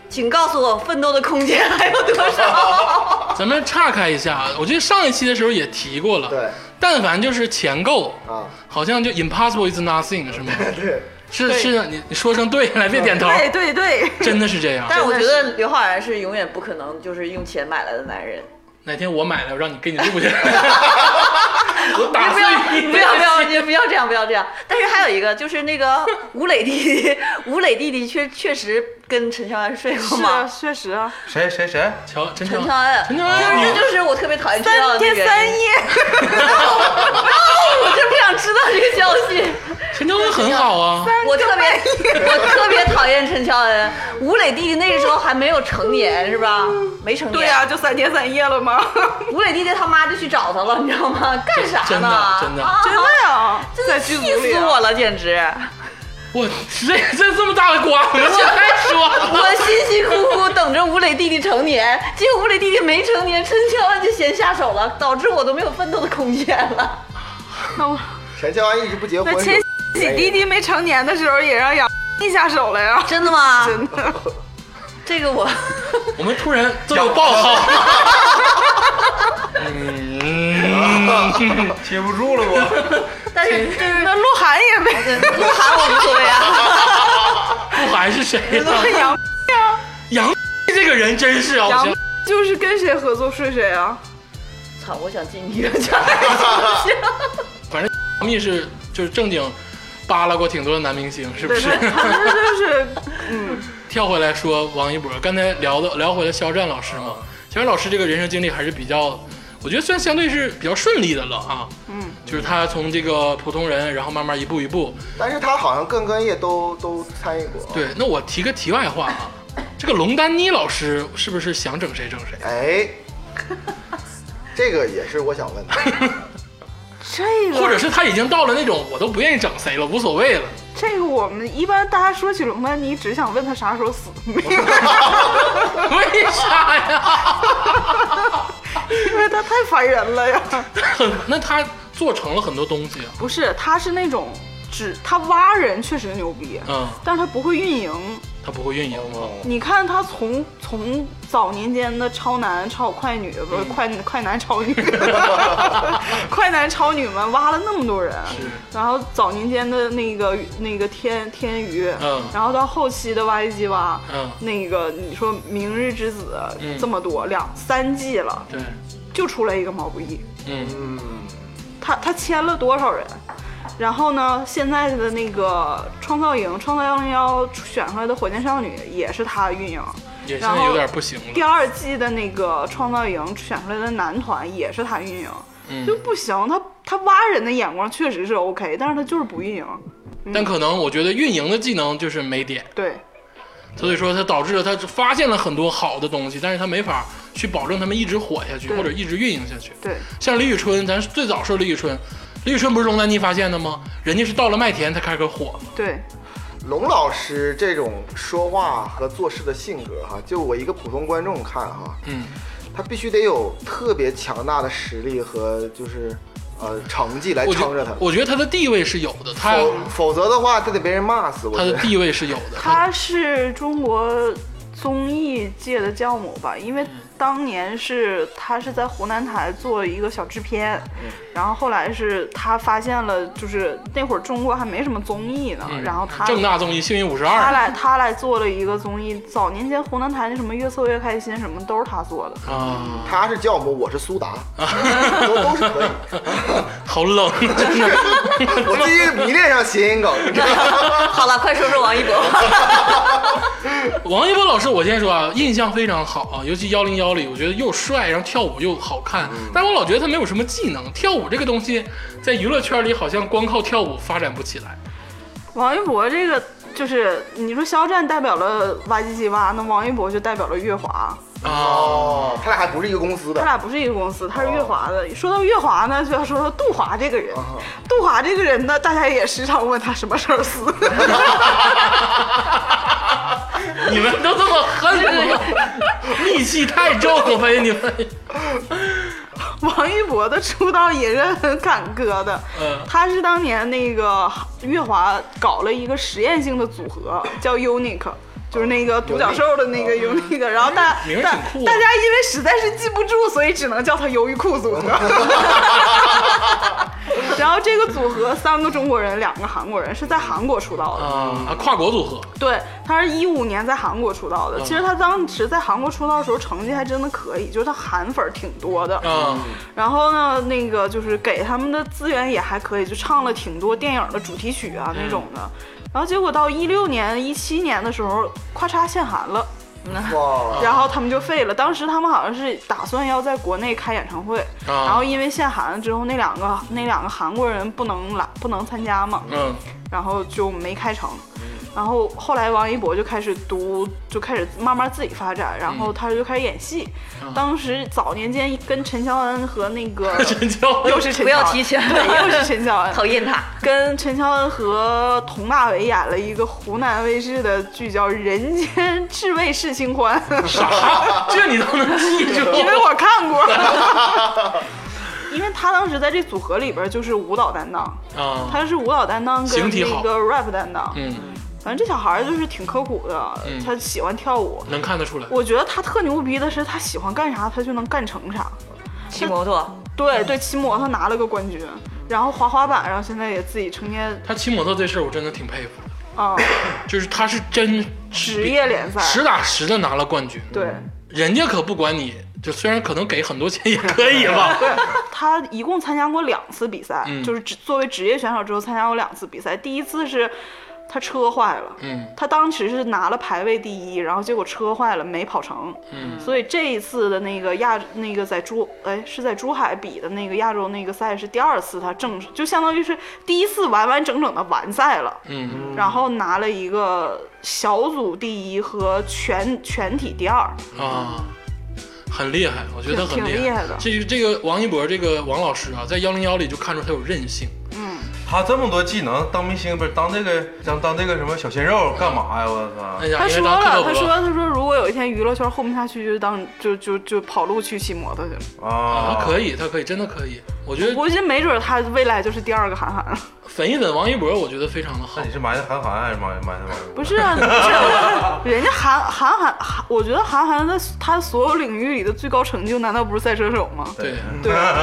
[SPEAKER 3] 请告诉我奋斗的空间还有多 少？
[SPEAKER 2] 咱们岔开一下，我记得上一期的时候也提过了。
[SPEAKER 4] 对，
[SPEAKER 2] 但凡就是钱够，
[SPEAKER 4] 啊，
[SPEAKER 2] 好像就 impossible is nothing 是吗？
[SPEAKER 4] 对，
[SPEAKER 2] 是是，你你说声对来，别点头，
[SPEAKER 6] 对对对，
[SPEAKER 2] 真的是这样。
[SPEAKER 3] 哎但是我觉得刘昊然是永远不可能就是用钱买来的男人。
[SPEAKER 2] 哪天我买了，我让你给你录 去，我打
[SPEAKER 3] 不要
[SPEAKER 2] 碎你。
[SPEAKER 3] 不要不要，你不要这样，不要这样。但是还有一个就是那个吴磊弟弟， 吴磊弟弟确确实跟陈乔恩睡过
[SPEAKER 6] 是啊，
[SPEAKER 3] 嘛。
[SPEAKER 6] 确实啊，
[SPEAKER 5] 谁谁 谁？
[SPEAKER 2] 乔陈
[SPEAKER 3] 陈
[SPEAKER 2] 乔
[SPEAKER 3] 乔恩，
[SPEAKER 2] 陈乔恩，
[SPEAKER 3] 就是
[SPEAKER 2] 你
[SPEAKER 3] 这就是我特别讨厌知道
[SPEAKER 6] 三
[SPEAKER 3] 的那
[SPEAKER 6] 天
[SPEAKER 3] 个原因
[SPEAKER 6] 三夜，
[SPEAKER 3] 我就不想知道这个消息。
[SPEAKER 2] 陈乔恩很好啊，
[SPEAKER 3] 我特别我特别讨厌陈乔恩，吴磊弟弟那个时候还没有成年是吧？没成年。
[SPEAKER 6] 对啊呀、就三天三夜了吗？
[SPEAKER 3] 吴磊弟弟他妈就去找他了，你知道吗？干啥呢？
[SPEAKER 2] 真的真的
[SPEAKER 3] 啊
[SPEAKER 6] 真的呀， 在
[SPEAKER 3] 真
[SPEAKER 6] 剧
[SPEAKER 3] 气
[SPEAKER 6] 组里
[SPEAKER 3] 死
[SPEAKER 6] 啊，
[SPEAKER 3] 我了，简直！
[SPEAKER 2] 我这这这么大的瓜，我现在说。
[SPEAKER 3] 我辛辛苦苦等着吴磊弟弟成年，结果吴磊弟弟没成年，陈乔恩就先下手了，导致我都没有奋斗的空间了。
[SPEAKER 6] 那我
[SPEAKER 4] 陈乔恩一直不结婚
[SPEAKER 6] 那，千玺弟弟没成年的时候也让杨幂下手了呀，
[SPEAKER 3] 真的吗？
[SPEAKER 6] 真的。
[SPEAKER 3] 这个 我，
[SPEAKER 2] 我们突然都有爆号，
[SPEAKER 4] 嗯
[SPEAKER 5] 接不住了我。
[SPEAKER 3] 但是就是
[SPEAKER 6] 那鹿晗也 没，
[SPEAKER 3] 鹿晗我无所谓啊。
[SPEAKER 2] 不管是谁呀、
[SPEAKER 6] 那 杨
[SPEAKER 2] 杨这个人真是啊，我觉
[SPEAKER 6] 杨
[SPEAKER 2] 得
[SPEAKER 6] 就是跟谁合作睡谁 啊。
[SPEAKER 3] 操，我想进一个家庭。
[SPEAKER 2] 杨幂是就是正经扒拉过挺多的男明星，是不
[SPEAKER 6] 对
[SPEAKER 2] 是
[SPEAKER 6] 他？他就是，嗯，
[SPEAKER 2] 跳回来说王一博，刚才聊的聊回了肖战老师嘛，肖战老师这个人生经历还是比较，我觉得算相对是比较顺利的了啊。
[SPEAKER 6] 嗯，
[SPEAKER 2] 就是他从这个普通人，然后慢慢一步一步。
[SPEAKER 4] 但是他好像各个业都都参与过。，
[SPEAKER 2] 对，那我提个题外话啊，这个龙丹妮老师是不是想整谁整谁？
[SPEAKER 4] 哎，这个也是我想问的。
[SPEAKER 6] 这个
[SPEAKER 2] 或者是他已经到了那种我都不愿意整谁了，无所谓了。
[SPEAKER 6] 这个我们一般大家说起龙丹妮，只想问他啥时 候死， 没有，
[SPEAKER 2] 为啥呀？
[SPEAKER 6] 因为他太烦人了呀。
[SPEAKER 2] 很，那他做成了很多东西啊。
[SPEAKER 6] 不是，他是那种只他挖人确实牛逼，
[SPEAKER 2] 嗯，
[SPEAKER 6] 但是他不会运营。
[SPEAKER 2] 他不会运营吗？
[SPEAKER 4] 哦
[SPEAKER 6] 你看他从从早年间的超男、超快女，不
[SPEAKER 2] 嗯
[SPEAKER 6] 是快快男、超女， 快男、超女们挖了那么多人，然后早年间的那个那个天天娱，
[SPEAKER 2] 嗯
[SPEAKER 6] 然后到后期的 YG 吧，
[SPEAKER 2] 嗯
[SPEAKER 6] 那个你说《明日之子
[SPEAKER 2] 嗯》
[SPEAKER 6] 这么多两三季了，
[SPEAKER 2] 对，
[SPEAKER 6] 就出来一个毛不易，
[SPEAKER 2] 嗯，
[SPEAKER 4] 嗯，
[SPEAKER 6] 他他签了多少人？然后呢，现在的那个创造营、创造幺零幺选出来的火箭少女也是他运营，
[SPEAKER 2] 也现
[SPEAKER 6] 然
[SPEAKER 2] 在
[SPEAKER 6] 后
[SPEAKER 2] 有点不行
[SPEAKER 6] 第
[SPEAKER 2] 了。
[SPEAKER 6] 二季的那个创造营选出来的男团也是他运营，
[SPEAKER 2] 嗯
[SPEAKER 6] 就不行。他他挖人的眼光确实是 OK，但是他就是不运营。
[SPEAKER 2] 但可能我觉得运营的技能就是没点，
[SPEAKER 6] 对，
[SPEAKER 2] 所以说他导致了他发现了很多好的东西，但是他没法去保证他们一直火下去
[SPEAKER 6] 对
[SPEAKER 2] 或者一直运营下去。
[SPEAKER 6] 对，
[SPEAKER 2] 像李宇春，咱最早说李宇春，李宇春不是龙丹妮发现的吗？人家是到了麦田才开始火嘛。
[SPEAKER 6] 对，
[SPEAKER 4] 龙老师这种说话和做事的性格哈，就我一个普通观众看哈，
[SPEAKER 2] 嗯，
[SPEAKER 4] 他必须得有特别强大的实力和就是呃成绩来
[SPEAKER 2] 我觉
[SPEAKER 4] 撑着他，
[SPEAKER 2] 我觉得他的地位是有的，他
[SPEAKER 4] 否否则的话他得被人骂死。我
[SPEAKER 2] 他
[SPEAKER 4] 觉
[SPEAKER 2] 的
[SPEAKER 4] 得
[SPEAKER 2] 地位是有的。
[SPEAKER 6] 他是中国综艺界的教母吧，因为当年是他是在湖南台做一个小制片，
[SPEAKER 2] 嗯
[SPEAKER 6] 然后后来是他发现了，就是那会儿中国还没什么综艺呢，然后他
[SPEAKER 2] 嗯正大综艺幸运五十
[SPEAKER 6] 他
[SPEAKER 2] 二
[SPEAKER 6] 来他来做了一个综艺，早年间湖南台那什么《越搜越开心》什么都是他做的。
[SPEAKER 2] 啊，
[SPEAKER 4] 他是教母，我是苏达，都都是可以。
[SPEAKER 2] 好冷，啊真的。
[SPEAKER 4] 我最近迷恋上谐音梗，你 知道吗？
[SPEAKER 3] 好了，快说说王一博吧。
[SPEAKER 2] 王一博老师，我先说啊，印象非常好啊，尤其幺零幺里，我觉得又帅，然后跳舞又好看。但我老觉得他没有什么技能，跳舞这个东西在娱乐圈里好像光靠跳舞发展不起来。
[SPEAKER 6] 王一博这个就是你说肖战代表了挖机机挖，那王一博就代表了月华，
[SPEAKER 2] 哦，
[SPEAKER 4] 哦，他俩还不是一个公 司
[SPEAKER 6] 他
[SPEAKER 4] 的。
[SPEAKER 6] 俩不是一个公司，他是月华的。说到月华呢，就要说说杜华这个人。杜华这个人呢，大家也时常问他什么时候死。
[SPEAKER 2] 你们都这么恨我，戾气太重了呗，你们。
[SPEAKER 6] 王一博的出道也是很坎坷的，
[SPEAKER 2] 嗯
[SPEAKER 6] 他是当年那个月华搞了一个实验性的组合，叫 Unique。就是那个独角兽的那个 Unique，然后大
[SPEAKER 2] 哦名儿
[SPEAKER 6] 大
[SPEAKER 2] 挺酷啊
[SPEAKER 6] 大家因为实在是记不住，所以只能叫他优衣库组 合。然后这个组合三个中国人，两个韩国人，是在韩国出道的。
[SPEAKER 2] 啊，跨国组合，
[SPEAKER 6] 对，他是一五年在韩国出道的。
[SPEAKER 2] 嗯
[SPEAKER 6] 其实他当时在韩国出道的时候，成绩还真的可以，就是他韩粉儿挺多的。
[SPEAKER 2] 啊，
[SPEAKER 6] 然后呢，那个就是给他们的资源也还可以，就唱了挺多电影的主题曲啊那种的。
[SPEAKER 2] 嗯
[SPEAKER 6] 然后结果到一六年、一七年的时候，咔嚓限韩了，
[SPEAKER 4] 哇，
[SPEAKER 2] 啊
[SPEAKER 6] 然后他们就废了。当时他们好像是打算要在国内开演唱会，
[SPEAKER 2] 啊
[SPEAKER 6] 然后因为限韩了之后，那两个那两个韩国人不能来，不能参加嘛，
[SPEAKER 2] 嗯，
[SPEAKER 6] 然后就没开成。然后后来王一博就开始读，就开始慢慢自己发展，然
[SPEAKER 2] 嗯
[SPEAKER 6] 后他就开始演戏。
[SPEAKER 2] 啊
[SPEAKER 6] 当时早年间跟陈乔恩和那个
[SPEAKER 2] 真叫
[SPEAKER 6] 又是陈乔恩，
[SPEAKER 3] 不要提起来
[SPEAKER 6] 对，又是陈乔 恩，
[SPEAKER 3] 讨厌他。
[SPEAKER 6] 跟陈乔恩和佟大为演了一个湖南卫视的剧，叫《人间至味是清欢》，
[SPEAKER 2] 啥？这你都能记住？
[SPEAKER 6] 因为我看 过。因为他当时在这组合里边就是舞蹈担当，
[SPEAKER 2] 啊，
[SPEAKER 6] 他是舞蹈担当
[SPEAKER 2] 形
[SPEAKER 6] 跟
[SPEAKER 2] 体好
[SPEAKER 6] 那个 rap 担当。
[SPEAKER 2] 嗯，
[SPEAKER 6] 反正这小孩儿就是挺刻苦的，
[SPEAKER 2] 嗯
[SPEAKER 6] 他喜欢跳舞。
[SPEAKER 2] 能看得出来。
[SPEAKER 6] 我觉得他特牛逼的是，他喜欢干啥他就能干成啥。
[SPEAKER 3] 骑摩托，
[SPEAKER 6] 对对，骑摩托拿了个冠军，然后滑滑板，然后现在也自己成天
[SPEAKER 2] 他骑摩托这事儿，我真的挺佩服的，
[SPEAKER 6] 啊、
[SPEAKER 2] 就是他是真
[SPEAKER 6] 职业联赛。
[SPEAKER 2] 实打实的拿了冠军，嗯
[SPEAKER 6] 对，
[SPEAKER 2] 人家可不管你，就虽然可能给很多钱也可以 吧，
[SPEAKER 6] 他一共参加过两次比赛，
[SPEAKER 2] 嗯
[SPEAKER 6] 就是只作为职业选手之后参加过两次比赛。第一次是他车坏了，
[SPEAKER 2] 嗯
[SPEAKER 6] 他当时是拿了排位第一，然后结果车坏了没跑成，
[SPEAKER 2] 嗯
[SPEAKER 6] 所以这一次的那个亚那个在珠哎是在珠海比的那个亚洲那个赛是第二次他正式就相当于是第一次完完整整的完赛了，
[SPEAKER 2] 嗯
[SPEAKER 6] 然后拿了一个小组第一和全全体第二，
[SPEAKER 2] 啊。很厉害，我觉得很
[SPEAKER 6] 挺挺
[SPEAKER 2] 厉
[SPEAKER 6] 厉害的
[SPEAKER 2] 这这个王一博这个王老师啊，在幺零幺里就看出他有韧性，
[SPEAKER 6] 嗯，
[SPEAKER 5] 他这么多技能，当明星不是当这个当当这个什么小鲜肉干嘛呀？我
[SPEAKER 2] 哎
[SPEAKER 5] 操！
[SPEAKER 2] 呀，
[SPEAKER 6] 他
[SPEAKER 2] 因为
[SPEAKER 6] 说
[SPEAKER 2] 当克
[SPEAKER 6] 了，
[SPEAKER 2] 德
[SPEAKER 6] 他
[SPEAKER 2] 伯
[SPEAKER 6] 说他说如果有一天娱乐圈混不下去，就当就就就跑路去骑摩托去了。
[SPEAKER 5] 啊
[SPEAKER 2] 啊，可以，他可以，真的可以。我觉得
[SPEAKER 6] 我觉得没准他未来就是第二个韩寒 了。
[SPEAKER 2] 粉一粉王一博，我觉得非常的好
[SPEAKER 5] 那。你是埋汰韩寒还是埋埋汰王一博
[SPEAKER 6] 不是啊，不 是人家韩韩寒，韩我觉得韩寒的他所有领域里的最高成就，难道不是赛车手吗？
[SPEAKER 2] 对，
[SPEAKER 6] 对啊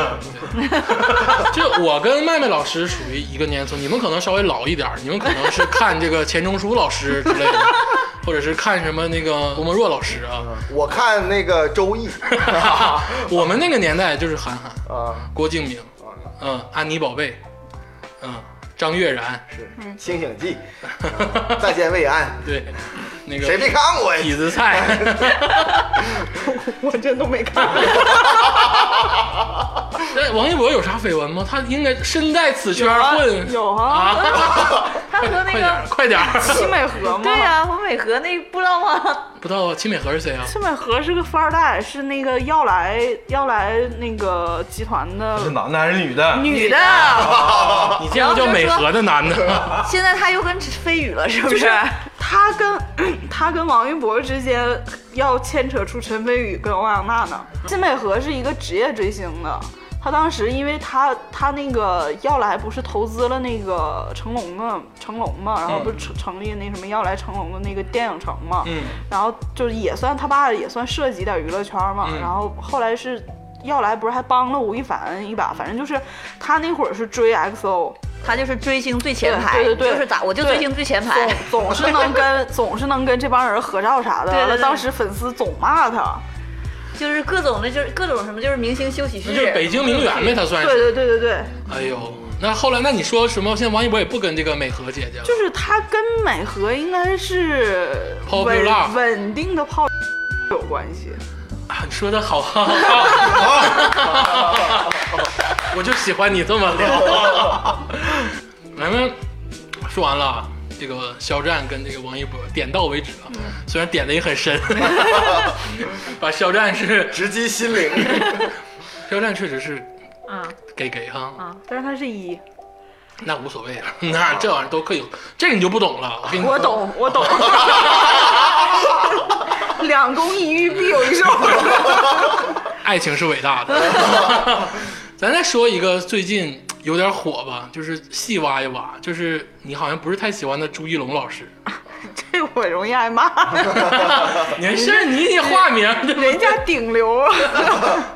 [SPEAKER 6] 吧，
[SPEAKER 2] 就我跟麦麦老师属于一个年龄层，你们可能稍微老一点儿，你们可能是看这个钱钟书老师之类 的，或者是看什么那个郭沫若老师啊。
[SPEAKER 4] 我看那个《周易》
[SPEAKER 2] 我们那个年代就是韩寒、
[SPEAKER 4] 啊，
[SPEAKER 2] 郭敬明，
[SPEAKER 6] 啊
[SPEAKER 2] 嗯，安妮宝贝，嗯，张悦然，
[SPEAKER 4] 是《清醒记》啊，再见未安，
[SPEAKER 2] 对，那
[SPEAKER 4] 谁
[SPEAKER 2] 个
[SPEAKER 4] 没看过 呀？
[SPEAKER 2] 痞子 蔡，
[SPEAKER 6] 我真都没看。
[SPEAKER 2] 那王一博有啥绯闻吗？他应该身在此圈混
[SPEAKER 6] 有啊，
[SPEAKER 2] 啊，
[SPEAKER 3] 他和
[SPEAKER 2] 快
[SPEAKER 3] 那
[SPEAKER 2] 点
[SPEAKER 3] 个
[SPEAKER 2] 儿，快点儿，
[SPEAKER 6] 戚啊美和吗？
[SPEAKER 3] 对呀、王美和那不知道吗？
[SPEAKER 2] 不知道啊，戚美和是谁啊？
[SPEAKER 6] 戚美和是个富二代，是那个要来要来那个集团的
[SPEAKER 5] 是男的还是女的？
[SPEAKER 6] 女的。
[SPEAKER 2] 你见过叫美和的男的？
[SPEAKER 3] 现在他又跟飞宇了，是不
[SPEAKER 6] 就是是？他跟 他跟王一博之间要牵扯出陈飞宇跟欧阳娜娜。金美和是一个职业追星的，他当时因为他他那个要来不是投资了那个成龙嘛，成龙嘛，然后不是成成立那什么要来成龙的那个电影城嘛，
[SPEAKER 2] 嗯
[SPEAKER 6] 然后就是也算他爸也算涉及点娱乐圈嘛，
[SPEAKER 2] 嗯
[SPEAKER 6] 然后后来是。要来不是还帮了吴亦凡一把，反正就是他那会儿是追 XO，
[SPEAKER 3] 他就是追星最前排，
[SPEAKER 6] 对对对对
[SPEAKER 3] 就是打我就追星最前排。
[SPEAKER 6] 总总是能 跟总是能跟这帮人合照啥的。
[SPEAKER 3] 对对对
[SPEAKER 6] 完了当时粉丝总骂他，
[SPEAKER 3] 就是各种的，就是各种什么，就是明星休息室，
[SPEAKER 2] 那 就是北京名媛呗，他算
[SPEAKER 6] 对
[SPEAKER 2] 是。
[SPEAKER 6] 对对对对，
[SPEAKER 2] 哎呦，那后来那你说什么？现在王一博也不跟这个美和姐姐了，
[SPEAKER 6] 就是他跟美和应该是
[SPEAKER 2] Popular
[SPEAKER 6] 稳稳定的泡有关系。
[SPEAKER 2] 啊你说的好，好好好我就喜欢你这么聊。咱们说完了啊，这个肖战跟这个王一博点到为止啊，虽然点的也很深，把肖战是
[SPEAKER 4] 直击心灵。
[SPEAKER 2] 肖战确实是
[SPEAKER 6] 啊
[SPEAKER 2] 给给哈，
[SPEAKER 6] 啊！但是他是一，
[SPEAKER 2] 那无所谓啊，那这玩意儿都可以有，这个你就不懂了。我跟你
[SPEAKER 6] 我懂，我 懂。两公一玉必有一兽。
[SPEAKER 2] 爱情是伟大的。 咱再说一个最近有点火吧，就是细挖一挖，就是你好像不是太喜欢的朱一龙老师。
[SPEAKER 6] 这我容易挨骂，
[SPEAKER 2] 你还是你你化名，对不对
[SPEAKER 6] 人家顶流。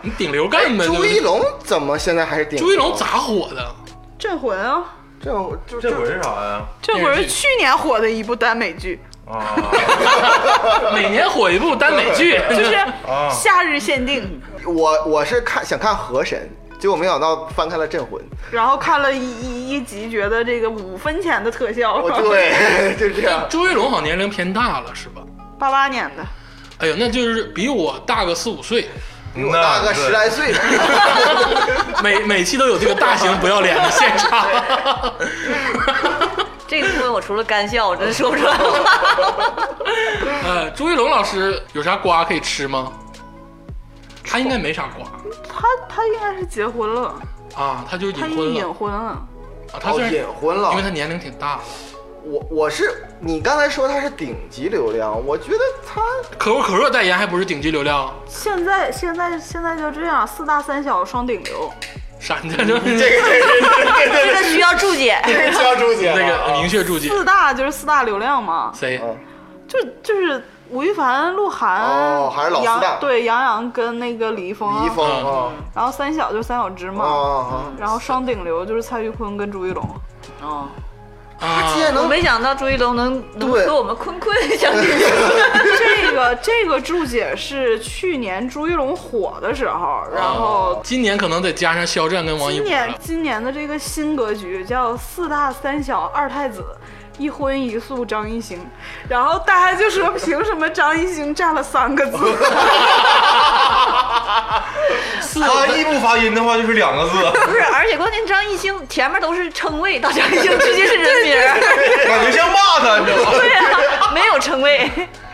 [SPEAKER 2] 你顶流干呗。对不
[SPEAKER 4] 朱
[SPEAKER 2] 对
[SPEAKER 4] 一，龙怎么现在还是顶？啊
[SPEAKER 2] 朱一龙咋火的？
[SPEAKER 6] 镇魂啊，
[SPEAKER 4] 这种就
[SPEAKER 5] 这
[SPEAKER 4] 就
[SPEAKER 5] 回是啥呀？
[SPEAKER 6] 镇
[SPEAKER 2] 电
[SPEAKER 6] 魂
[SPEAKER 2] 视
[SPEAKER 6] 是
[SPEAKER 2] 剧
[SPEAKER 6] 去年火的一部耽美剧，
[SPEAKER 5] 啊，
[SPEAKER 2] 每年火一部耽美剧，
[SPEAKER 6] 就是
[SPEAKER 5] 啊
[SPEAKER 6] 夏日限定，
[SPEAKER 4] 我我是看想看河神，结果没想到翻开了镇魂。
[SPEAKER 6] 然后看了一一一集，觉得这个五分钱的特效，
[SPEAKER 4] 哦，对，就是这样。
[SPEAKER 2] 朱一龙好像年龄偏大了是吧？
[SPEAKER 6] 八八年的，
[SPEAKER 2] 哎呦，那就是比我大个四五岁，
[SPEAKER 4] 比我大个
[SPEAKER 5] 那
[SPEAKER 4] 十来岁，
[SPEAKER 2] 每每期都有这个大型不要脸的现场。
[SPEAKER 3] 这个部分我除了干笑，我真说不出来话。
[SPEAKER 2] 呃，朱一龙老师有啥瓜可以吃吗？他应该没啥瓜
[SPEAKER 6] 他他应该是结婚了，
[SPEAKER 2] 啊，他就隐
[SPEAKER 6] 他
[SPEAKER 2] 婚了
[SPEAKER 6] 隐婚了，
[SPEAKER 2] 啊。他
[SPEAKER 4] 哦，
[SPEAKER 2] 虽然
[SPEAKER 4] 隐婚了
[SPEAKER 2] 因为。他年龄挺大，
[SPEAKER 4] 我我是你刚才说他是顶级流量，我觉得他
[SPEAKER 2] 可口可乐代言还不是顶级流量？
[SPEAKER 6] 现在现在现在就这样，四大三小双顶流，
[SPEAKER 2] 啥？你
[SPEAKER 4] 嗯
[SPEAKER 2] 这就这
[SPEAKER 4] 这个
[SPEAKER 3] 这个需要注 解。
[SPEAKER 4] 这个需要 注解
[SPEAKER 2] 这
[SPEAKER 4] 了
[SPEAKER 2] 个
[SPEAKER 4] 啊
[SPEAKER 2] 明确注解。
[SPEAKER 6] 四大就是四大流量嘛，
[SPEAKER 2] 谁？
[SPEAKER 4] 嗯
[SPEAKER 6] 就就是吴亦凡、鹿晗，
[SPEAKER 4] 哦还是老四
[SPEAKER 6] 杨
[SPEAKER 4] 大
[SPEAKER 6] 对杨洋跟那个李易峰啊，
[SPEAKER 4] 李易峰啊
[SPEAKER 6] 然后三小就是三小只
[SPEAKER 4] 啊
[SPEAKER 6] 嘛，
[SPEAKER 4] 啊，
[SPEAKER 6] 然后双顶流就是蔡徐坤跟朱一龙，
[SPEAKER 3] 哦，
[SPEAKER 4] 啊竟然
[SPEAKER 2] 啊，
[SPEAKER 3] 我
[SPEAKER 4] 能
[SPEAKER 3] 没想到朱一龙能能
[SPEAKER 4] 对
[SPEAKER 3] 和我们坤坤相 提并论。
[SPEAKER 6] 这个这个注解是去年朱一龙火的时候，然后
[SPEAKER 2] 今年可能得加上肖战跟王一
[SPEAKER 6] 今
[SPEAKER 2] 博
[SPEAKER 6] 年
[SPEAKER 2] 了。
[SPEAKER 6] 今年的这个新格局叫四大三小二太子。一荤一素张艺兴，然后大家就说凭什么张艺兴占了 三个字？
[SPEAKER 2] 四
[SPEAKER 5] 他一不发音的话就是两个字，
[SPEAKER 3] 不是，而且关键张艺兴前面都是称谓，到张艺兴直接是人名儿，
[SPEAKER 5] 感觉像骂他，你知道吗？
[SPEAKER 3] 对啊，没有称谓。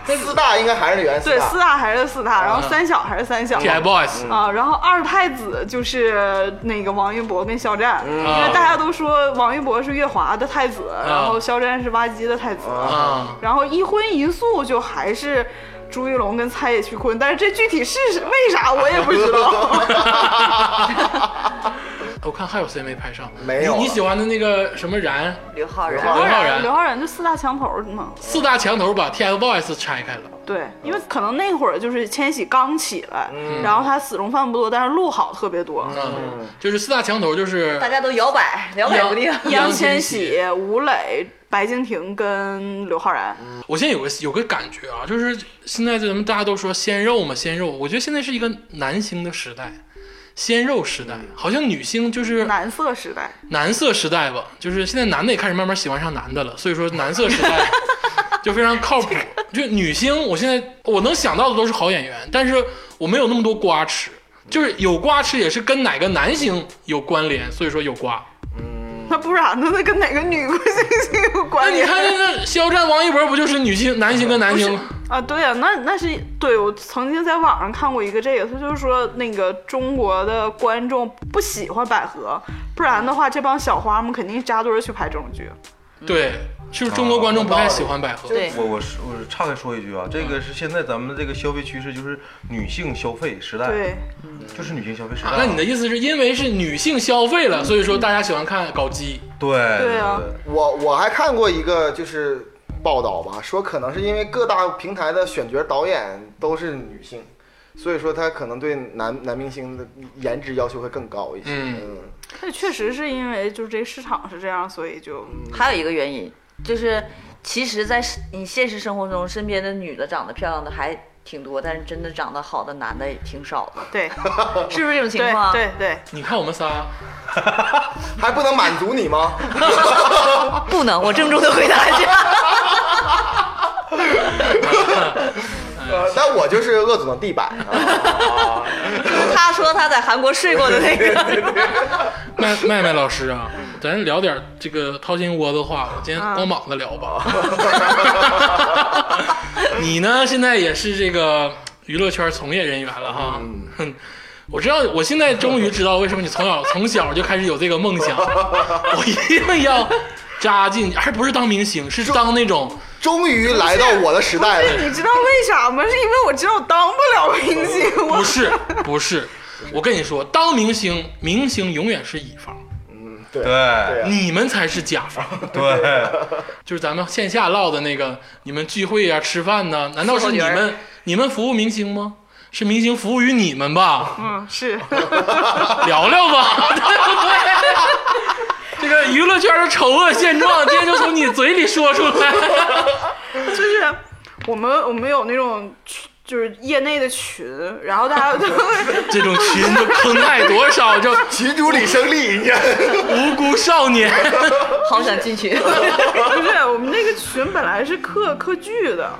[SPEAKER 4] 四大应该还是原四
[SPEAKER 6] 对，四
[SPEAKER 4] 大，
[SPEAKER 6] 大还是四大，然
[SPEAKER 2] 嗯
[SPEAKER 6] 后三小还是三小。
[SPEAKER 2] TFBOYS
[SPEAKER 6] 啊，然后二太子就是那个王一博跟肖战，
[SPEAKER 2] 嗯
[SPEAKER 6] 因为
[SPEAKER 2] 啊
[SPEAKER 6] 大家都说王一博是月华的太子，然后肖战是挖机的太子，
[SPEAKER 4] 嗯
[SPEAKER 2] 啊，
[SPEAKER 6] 然后一荤一素就还是朱一龙跟蔡野区坤，但是这具体是为啥我也不知道。
[SPEAKER 2] 我看还有谁没排上？
[SPEAKER 4] 没有啊
[SPEAKER 2] 你你
[SPEAKER 4] 了
[SPEAKER 2] 喜欢的那个什么然？
[SPEAKER 3] 刘昊然
[SPEAKER 4] 刘昊
[SPEAKER 2] 刘昊然
[SPEAKER 6] 刘昊然就四大墙头嘛，
[SPEAKER 2] 四大墙头把 TFBOYS 拆开了。
[SPEAKER 6] 对，因为可能那会儿就是千玺刚起来，然后他死忠饭不多，但是路好特别多。
[SPEAKER 2] 嗯，就是四大墙头就是
[SPEAKER 3] 大家都摇摆，摇摆不定。
[SPEAKER 2] 杨
[SPEAKER 6] 杨
[SPEAKER 2] 千
[SPEAKER 6] 千
[SPEAKER 2] 玺
[SPEAKER 6] 玺、吴磊、白敬亭跟刘昊然，
[SPEAKER 2] 我现在有个有个感觉啊，就是现在咱们大家都说鲜肉嘛，鲜肉，我觉得现在是一个男星的时代，鲜肉时代，好像女星就是
[SPEAKER 6] 男色时代。
[SPEAKER 2] 男色时代吧，就是现在男的也开始慢慢喜欢上男的了，所以说男色时代就非常靠谱。就女星，我现在我能想到的都是好演员，但是我没有那么多瓜吃，就是有瓜吃也是跟哪个男星有关联，所以说有瓜。
[SPEAKER 6] 那不然呢？那跟哪个女明 星有
[SPEAKER 2] 那
[SPEAKER 6] 关
[SPEAKER 2] 你
[SPEAKER 6] 联？
[SPEAKER 2] 看那那肖战、王一博不就是女星、男星跟男星吗？
[SPEAKER 6] 啊，对啊，那那是对我曾经在网上看过一个这个，他就是说那个中国的观众不喜欢百合，不然的话这帮小花们肯定扎堆儿去拍这种剧。
[SPEAKER 2] 对，就是中国观众不太喜欢百合。
[SPEAKER 3] 对
[SPEAKER 5] 我我是我是岔开说一句啊，这个是现在咱们这个消费趋势，就是女性消费时代，
[SPEAKER 6] 对，
[SPEAKER 5] 就是女性消费时代。
[SPEAKER 2] 啊
[SPEAKER 5] 啊
[SPEAKER 2] 那你的意思是因为是女性消费了，所以说大家喜欢看搞基？
[SPEAKER 5] 对
[SPEAKER 6] 对啊
[SPEAKER 4] 我我还看过一个就是报道吧，说可能是因为各大平台的选角导演都是女性，所以说他可能对男男明星的颜值要求会更高一些。
[SPEAKER 2] 嗯
[SPEAKER 6] 那确实是因为就是这个市场是这样，所以就
[SPEAKER 3] 还有一个原因就是，其实，在你现实生活中，身边的女的长得漂亮的还挺多，但是真的长得好的男的也挺少的，
[SPEAKER 6] 对
[SPEAKER 3] 是不是这种情
[SPEAKER 6] 对
[SPEAKER 3] 况？，
[SPEAKER 6] 对对，
[SPEAKER 2] 你看我们仨，
[SPEAKER 4] 还不能满足你 吗？
[SPEAKER 3] 啊不能，我郑重的回答一下，
[SPEAKER 4] 呃但我就是恶总的地板啊！
[SPEAKER 3] 他说他在韩国睡过的那个，
[SPEAKER 2] 麦麦麦老师啊，咱聊点这个掏心窝子话，我今天光膀子聊吧。啊 你呢，现在也是这个娱乐圈从业人员了哈。哼，我知道，我现在终于知道为什么你从 小从小就开始有这个梦 想，我一定要扎进，还不是当明星，是当那种
[SPEAKER 4] 终于来到我的时代
[SPEAKER 6] 那
[SPEAKER 4] 了。
[SPEAKER 6] 你知道为啥吗？是因为我知道我当不了明星，我
[SPEAKER 2] 不是不是。我跟你说，当明星，明星永远是乙方，
[SPEAKER 4] 嗯，对啊对
[SPEAKER 5] 对
[SPEAKER 4] 呀，
[SPEAKER 2] 你们才是甲方。
[SPEAKER 5] 对，
[SPEAKER 2] 就是咱们线下唠的那个，你们聚会啊、吃饭呐、难道是你
[SPEAKER 3] 四合
[SPEAKER 2] 们你们服务明星吗？是明星服务于你们吧？
[SPEAKER 6] 嗯 是，
[SPEAKER 2] 聊聊吧， 对不对？这个娱乐圈的丑恶现状，今天就从你嘴里说出来。
[SPEAKER 6] 就是我们我们有那种群就是业内的群，然后大家都会
[SPEAKER 2] 这种群就坑害多少就
[SPEAKER 4] 群主李胜利，你看，
[SPEAKER 2] 无辜少年，
[SPEAKER 3] 好想进去。
[SPEAKER 6] 不是我们那个群本来是课课剧的，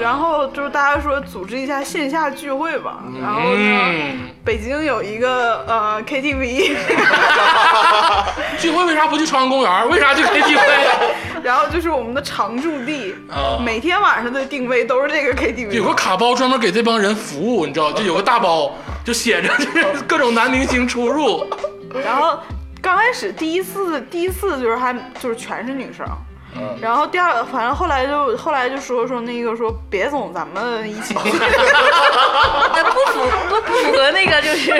[SPEAKER 6] 然后就是大家说组织一下线下聚会吧，然后呢
[SPEAKER 2] 嗯，
[SPEAKER 6] 北京有一个呃 KTV，
[SPEAKER 2] 聚会为啥不去朝阳公园？为啥去 KTV？
[SPEAKER 6] 然后就是我们的常驻地
[SPEAKER 2] 啊，
[SPEAKER 6] 每天晚上的定位都是这个
[SPEAKER 2] 有个
[SPEAKER 6] KTV。
[SPEAKER 2] 卡包专门给这帮人服务，你知道？就有个大包，就写着就是各种男明星出入。
[SPEAKER 6] 然后刚开始第一次第一次就是还就是全是女生。然后第二，反正后来就后来就说说那个说别总咱们一起去，
[SPEAKER 3] 那不符不不符合那个就是，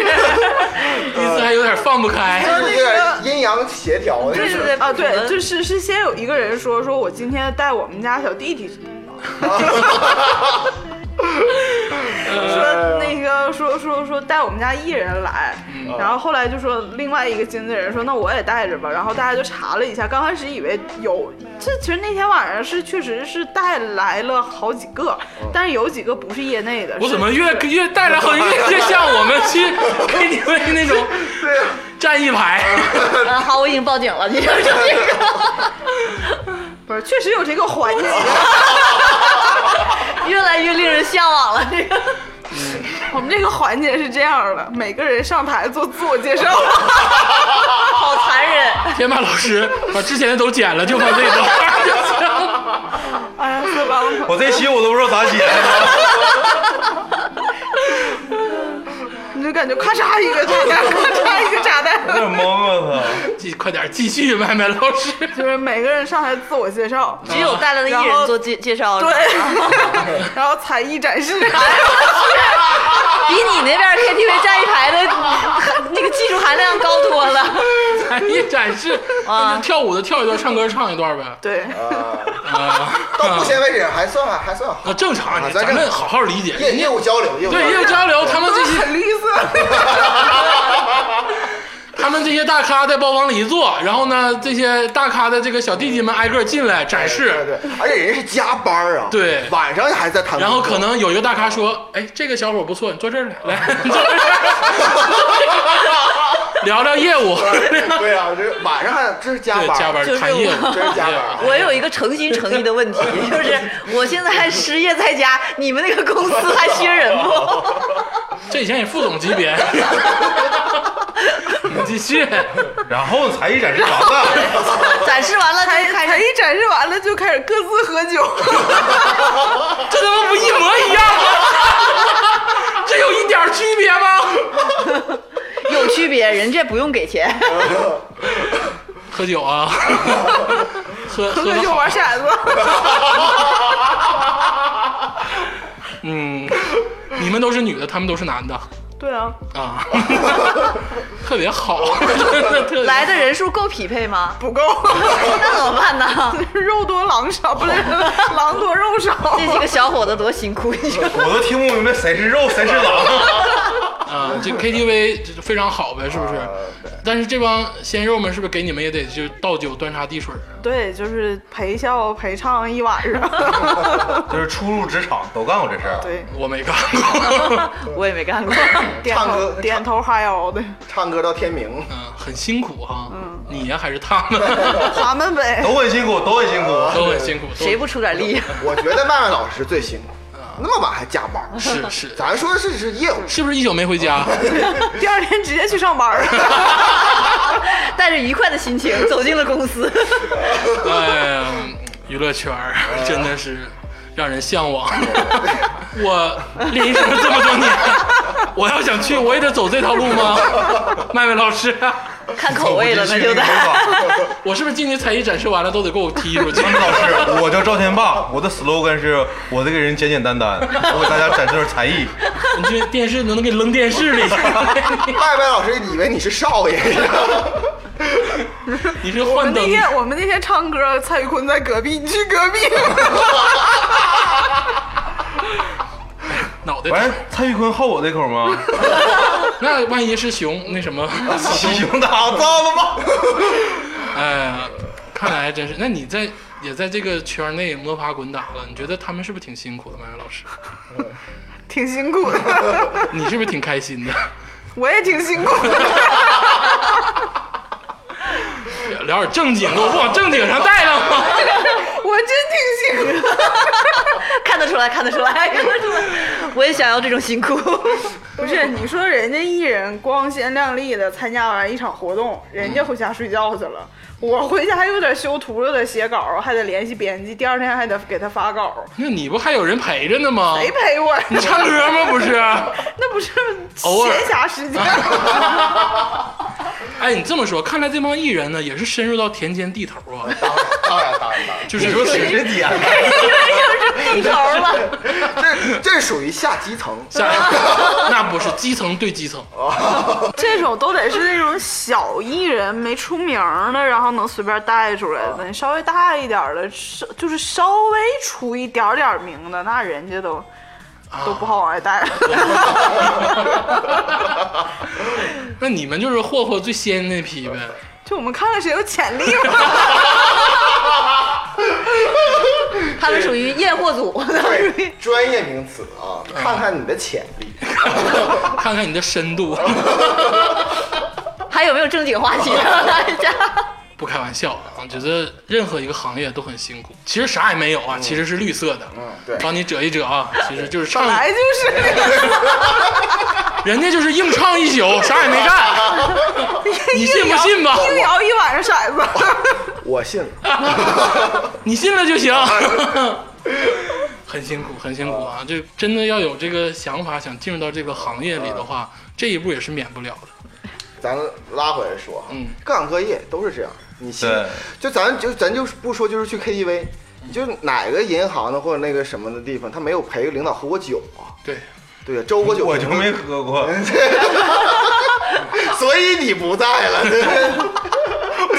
[SPEAKER 2] 第一次还有点放不开。
[SPEAKER 4] 就是有点阴阳协调，就
[SPEAKER 3] 对对
[SPEAKER 4] 是
[SPEAKER 3] 对
[SPEAKER 6] 啊，对，
[SPEAKER 3] 是
[SPEAKER 6] 就是是先有一个人说说我今天带我们家小弟弟， 说那个说说说带我们家艺人来，
[SPEAKER 2] 嗯
[SPEAKER 6] 然后后来就说另外一个经纪人说那我也带着吧，然后大家就查了一下，刚开始以为有，这其实那天晚上是确实是带来了好几个，但是有几个不是业内的，
[SPEAKER 2] 嗯我
[SPEAKER 6] 是
[SPEAKER 2] 怎么越越带来好像越越像我们去 KTV 那种站一排？
[SPEAKER 3] 啊，好，我已经报警了，你就是这个，
[SPEAKER 6] 不是确实有这个环节。
[SPEAKER 3] 越来越令人向往了。这个
[SPEAKER 6] 我们这个环节是这样的，每个人上台做自我介绍，
[SPEAKER 3] 好残忍，
[SPEAKER 2] 天霸老师把之前的都剪了，就放这一段儿 就行。
[SPEAKER 6] 哎呀，四八
[SPEAKER 5] 我这期我都不知道咋写的。
[SPEAKER 6] 你就感觉咔嚓一个炸弹，咔嚓一个炸
[SPEAKER 5] 有点
[SPEAKER 6] 弹。
[SPEAKER 5] 懵啊！
[SPEAKER 2] 继快点继续，麦麦老师。
[SPEAKER 6] 就是每个人上台自我介绍，
[SPEAKER 3] 只有带来的艺人做介介绍，
[SPEAKER 6] 对，然后才艺展示，
[SPEAKER 3] 比你那边 KTV 站一排的那个技术含量高多了。
[SPEAKER 2] 才艺展示，那就跳舞的跳一段，唱歌唱一段呗。
[SPEAKER 6] 对，
[SPEAKER 4] 啊，
[SPEAKER 2] 啊，
[SPEAKER 4] 到目前为止还算还还算好，
[SPEAKER 2] 啊正常，你
[SPEAKER 4] 咱
[SPEAKER 2] 咱
[SPEAKER 4] 这
[SPEAKER 2] 们好好理解。
[SPEAKER 4] 业业务交流，业务交
[SPEAKER 2] 对，
[SPEAKER 4] 流
[SPEAKER 2] 业务交流，他们这些
[SPEAKER 6] 很绿色。
[SPEAKER 2] 他们这些大咖在包房里一坐，然后呢，这些大咖的这个小弟弟们挨个进来展示。
[SPEAKER 4] 对对，而且人家是加班儿啊，
[SPEAKER 2] 对
[SPEAKER 4] 晚上还在谈工作，
[SPEAKER 2] 然后可能有一个大咖说：“哎，这个小伙不错，你坐 这儿来，来，你坐这儿聊聊业务，
[SPEAKER 4] 对啊，这晚上还这是 加
[SPEAKER 2] 对，
[SPEAKER 4] 班儿，
[SPEAKER 2] 加班
[SPEAKER 3] 就是
[SPEAKER 2] 谈 业务，
[SPEAKER 4] 这是加班儿。
[SPEAKER 3] 我有一个诚心诚意的问题，就是我现在失业在家，你们那个公司还缺人不？
[SPEAKER 2] 这以前也副总级 别。”你继续，
[SPEAKER 5] 然后才艺展示啥的，
[SPEAKER 3] 展示完了
[SPEAKER 6] 才
[SPEAKER 3] 就开
[SPEAKER 6] 才
[SPEAKER 3] 始，
[SPEAKER 6] 艺展示完了就开始各自喝酒，
[SPEAKER 2] 这他妈不一模一样吗？ 这有一点区别吗？
[SPEAKER 3] 有区别，人家不用给钱，
[SPEAKER 2] 喝酒啊， 喝
[SPEAKER 6] 喝
[SPEAKER 2] 喝
[SPEAKER 6] 喝
[SPEAKER 2] 个
[SPEAKER 6] 酒
[SPEAKER 2] 好
[SPEAKER 6] 玩骰子。
[SPEAKER 2] 嗯，你们都是女的，他们都是男的
[SPEAKER 6] 对啊，
[SPEAKER 2] 啊，特别 好，真的特别
[SPEAKER 3] 来的人数够匹配吗？
[SPEAKER 6] 不够，
[SPEAKER 3] 那怎么办呢？
[SPEAKER 6] 肉多狼少，不是狼多肉少。
[SPEAKER 3] 这几个小伙子多辛苦，你说
[SPEAKER 5] 我都听不明白谁是肉谁是狼。
[SPEAKER 2] 啊，这 KTV 就非常好呗，是不是
[SPEAKER 4] 啊对？
[SPEAKER 2] 但是这帮鲜肉们是不是给你们也得就倒酒端茶递水啊？
[SPEAKER 6] 对，就是陪笑陪唱一晚上。
[SPEAKER 5] 就是初入职场都干过这事儿，
[SPEAKER 6] 对，
[SPEAKER 2] 我没干过，
[SPEAKER 3] 我也没干过。
[SPEAKER 6] 点
[SPEAKER 4] 唱
[SPEAKER 6] 头
[SPEAKER 4] 歌
[SPEAKER 6] 点头哈腰的，
[SPEAKER 4] 唱歌到天明，
[SPEAKER 2] 嗯，很辛苦哈。
[SPEAKER 4] 嗯
[SPEAKER 2] 你呀还是他 们
[SPEAKER 6] 咱们呗。
[SPEAKER 5] 都很辛苦，都很辛苦。
[SPEAKER 2] 都很辛苦，都
[SPEAKER 3] 谁不出点力？啊
[SPEAKER 4] 我觉得麦麦老师最辛苦，
[SPEAKER 2] 啊
[SPEAKER 4] 那么晚还加班？
[SPEAKER 2] 是是，
[SPEAKER 4] 咱说是是业务，
[SPEAKER 2] 是不是一宿没回 家？
[SPEAKER 6] 第二天直接去上班了。
[SPEAKER 3] 带着愉快的心情走进了公 司。
[SPEAKER 2] 哎呀，娱乐圈儿
[SPEAKER 4] 哎
[SPEAKER 2] 真的是让人向往。 我练习生这么多年，我要想去，我也得走这条路 吗？麦麦老师，
[SPEAKER 3] 看口味了，那就得。
[SPEAKER 2] 我是不是今年才艺展示完了都得给我踢出 去？
[SPEAKER 5] 老师，我叫赵天霸，我的 slogan 是我这个人简简单单，我给大家展示点才艺。
[SPEAKER 2] 你这电视能不能给扔电视 里去？
[SPEAKER 4] 麦麦老师以为你是少爷，
[SPEAKER 2] 你是
[SPEAKER 6] 我
[SPEAKER 2] 幻
[SPEAKER 6] 们那
[SPEAKER 2] 灯
[SPEAKER 6] 天我们那天唱歌，蔡徐坤在隔壁，你去隔壁。
[SPEAKER 2] 脑袋
[SPEAKER 5] 完，蔡徐坤好我这口吗？
[SPEAKER 2] 那万一是熊那什么？
[SPEAKER 5] 行，打造了 吧。
[SPEAKER 2] 哎呀，看来还真是。那你在也在这个圈内摸爬滚打了，你觉得他们是不是挺辛苦的？麦麦老 师，
[SPEAKER 6] 挺辛苦的，
[SPEAKER 2] 你是不是挺开心的？
[SPEAKER 6] 我也挺辛苦的。
[SPEAKER 2] 聊点正经的，我不往正经上带了吗？
[SPEAKER 6] 我真挺辛苦的。
[SPEAKER 3] 看得出来，看得出来，看得出来。 我也想要这种 辛苦。
[SPEAKER 6] 不是，你说人家艺人光鲜亮丽的参加完一场活动，人家回家睡觉去了，我回家又得修图，又得写稿，还得联系编辑，第二天还得给他发稿，
[SPEAKER 2] 那你不还有人陪着呢吗？
[SPEAKER 6] 谁陪我？
[SPEAKER 2] 你唱歌吗？不是？
[SPEAKER 6] 那不是
[SPEAKER 2] 偶尔
[SPEAKER 6] 闲暇时间？
[SPEAKER 2] 哎，你这么说，看来这帮艺人呢也是深入到田间地头啊，
[SPEAKER 4] 当然当然当然，
[SPEAKER 2] 就
[SPEAKER 5] 你
[SPEAKER 2] 是
[SPEAKER 5] 说谁是点？
[SPEAKER 3] 地头了，
[SPEAKER 4] 这这属于下基层，
[SPEAKER 2] 下，那不是基层对基层，
[SPEAKER 6] 这种都得是那种小艺人没出名儿的，然后能随便带出来
[SPEAKER 4] 啊
[SPEAKER 6] 的。你稍微大一点儿的，稍就是稍微出一点儿点儿名的，那人家都
[SPEAKER 4] 啊
[SPEAKER 6] 都不好往外 带。
[SPEAKER 2] 那你们就是霍霍最先那批呗。
[SPEAKER 6] 就我们看看谁有潜 力吧。
[SPEAKER 3] 他们属于验货组。
[SPEAKER 4] 对，专业名词啊，看看你的潜力。
[SPEAKER 2] 看看你的深度，
[SPEAKER 3] 还有没有正经话题呢？ 大家
[SPEAKER 2] 不开玩笑啊，觉得任何一个行业都很辛苦，其实啥也没有啊，其实是绿色的，
[SPEAKER 4] 嗯，对，
[SPEAKER 2] 帮你折一折啊，其实就是
[SPEAKER 6] 本
[SPEAKER 2] 上，
[SPEAKER 6] 来就是
[SPEAKER 2] 人家就是硬唱一宿，啥也没干，你信不信吧？
[SPEAKER 6] 硬摇一晚上骰子，
[SPEAKER 4] 我信了。
[SPEAKER 2] 你信了就行。 很辛苦，很辛苦啊！就真的要有这个想法，想进入到这个行业里的话，这一步也是免不了的。
[SPEAKER 4] 咱拉回来说哈，啊
[SPEAKER 2] 嗯
[SPEAKER 4] 各行各业都是这样。你信
[SPEAKER 5] 对
[SPEAKER 4] 就咱就咱就不说，就是去 KTV，就是哪个银行的或者那个什么的地方，他没有陪领导喝过酒啊？
[SPEAKER 2] 对，
[SPEAKER 4] 对呀，周过酒，
[SPEAKER 5] 我就没，喝过，
[SPEAKER 4] 所以你不在了。对，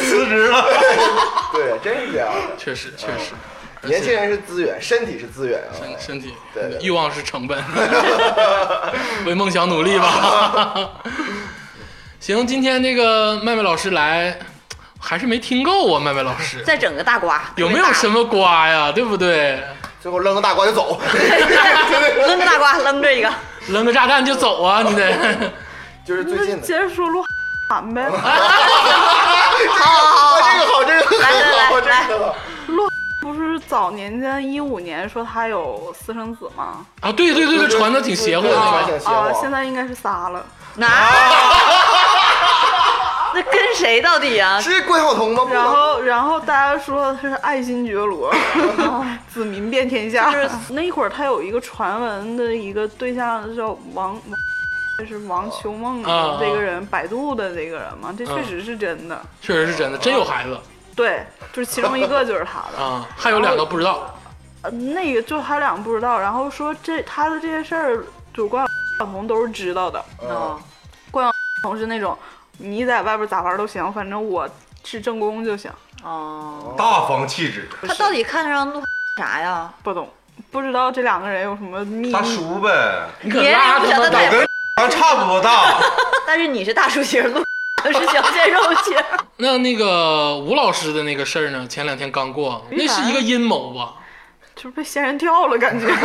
[SPEAKER 5] 辞职了。
[SPEAKER 4] 对，真是这样的。
[SPEAKER 2] 确实确实，
[SPEAKER 4] 年轻人是资源，身体是资源啊。
[SPEAKER 2] 身身体
[SPEAKER 4] 对对
[SPEAKER 2] 欲望是成本， 为梦想努力吧。 行，今天这个麦麦老师来，还是没听够啊，麦麦老 师
[SPEAKER 3] 再整个大瓜，
[SPEAKER 2] 有没有什么瓜呀？对不对？
[SPEAKER 4] 最后扔个大瓜就走。
[SPEAKER 3] 扔个大瓜，扔这一个。
[SPEAKER 2] 扔个炸弹就走 啊！你得
[SPEAKER 4] 就是 最近的
[SPEAKER 6] 接，着说鹿晗 呗。
[SPEAKER 4] 好，这个好，这个
[SPEAKER 3] 来来
[SPEAKER 4] 很好，
[SPEAKER 3] 来
[SPEAKER 4] 这个很好。
[SPEAKER 6] 不是早年间一五年说他有私生子吗？
[SPEAKER 2] 啊，对对对对，传的挺邪乎的那
[SPEAKER 4] 啊
[SPEAKER 2] 个。
[SPEAKER 4] 挺邪乎
[SPEAKER 6] 啊，现在应该是仨了。
[SPEAKER 3] 哪？ 那跟谁到底啊呀、
[SPEAKER 4] 是关晓彤吗？不
[SPEAKER 6] 然后，然后大家说他是爱新觉 罗，子民遍天下。就是那一会儿，他有一个传闻的一个对象叫王，王就是王秋梦
[SPEAKER 2] 啊
[SPEAKER 6] 这个人，百度的这个人嘛，这确
[SPEAKER 2] 嗯
[SPEAKER 6] 实是真的。
[SPEAKER 2] 确实是真的，真有孩子
[SPEAKER 6] 对，就是其中一个就是他的，
[SPEAKER 2] 啊，还有两个不知道。
[SPEAKER 6] 呃，那个就还有两个不知道。然后说这他的这些事儿，主观小童都是知道的。
[SPEAKER 2] 哦
[SPEAKER 4] 嗯
[SPEAKER 6] 同是那种你在外边咋玩都行，反正我是正宫就行。
[SPEAKER 3] 哦，
[SPEAKER 5] 大方气质，
[SPEAKER 3] 他到底看上鹿啥呀？
[SPEAKER 6] 不懂，不知道这两个人有什么秘密。
[SPEAKER 5] 大叔呗，
[SPEAKER 2] 你可
[SPEAKER 3] 年龄
[SPEAKER 2] 拉
[SPEAKER 3] 不
[SPEAKER 2] 他
[SPEAKER 3] 小
[SPEAKER 2] 妈
[SPEAKER 3] 的
[SPEAKER 2] 倒
[SPEAKER 3] 代
[SPEAKER 5] 我
[SPEAKER 3] 表，
[SPEAKER 5] 跟咱差不多 大，
[SPEAKER 3] 但是你是大叔型， 鹿是小鲜肉型。
[SPEAKER 2] 那那个吴老师的那个事儿呢？前两天刚过，那是一个阴谋吧？
[SPEAKER 6] 就是被仙人跳了，感觉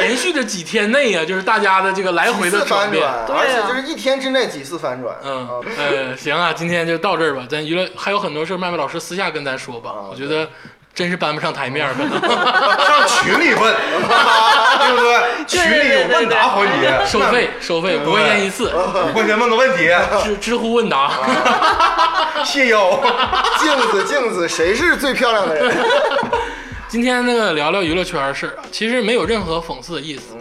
[SPEAKER 2] 连续的几天内啊，就是大家的这个来回
[SPEAKER 4] 几次
[SPEAKER 2] 的转
[SPEAKER 4] 翻
[SPEAKER 2] 变。
[SPEAKER 4] 转，
[SPEAKER 6] 对啊
[SPEAKER 4] 而且就是一天之内几次翻转。
[SPEAKER 2] 嗯
[SPEAKER 4] 啊，
[SPEAKER 2] 呃，行啊，今天就到这儿吧。咱娱乐还有很多事儿，麦麦老师私下跟咱说吧。
[SPEAKER 4] 啊
[SPEAKER 2] 我觉得真是搬不上台面儿，可能
[SPEAKER 5] 上群里 问，对不对？群里有问答环 节，
[SPEAKER 2] 收费收费五块钱一次，
[SPEAKER 5] 五块钱问个问 题，
[SPEAKER 2] 知知乎问答，
[SPEAKER 5] 谢哦邀。
[SPEAKER 4] 镜子镜子，谁是最漂亮的人？
[SPEAKER 2] 今天那个聊聊娱乐圈的事儿啊，其实没有任何讽刺的意思。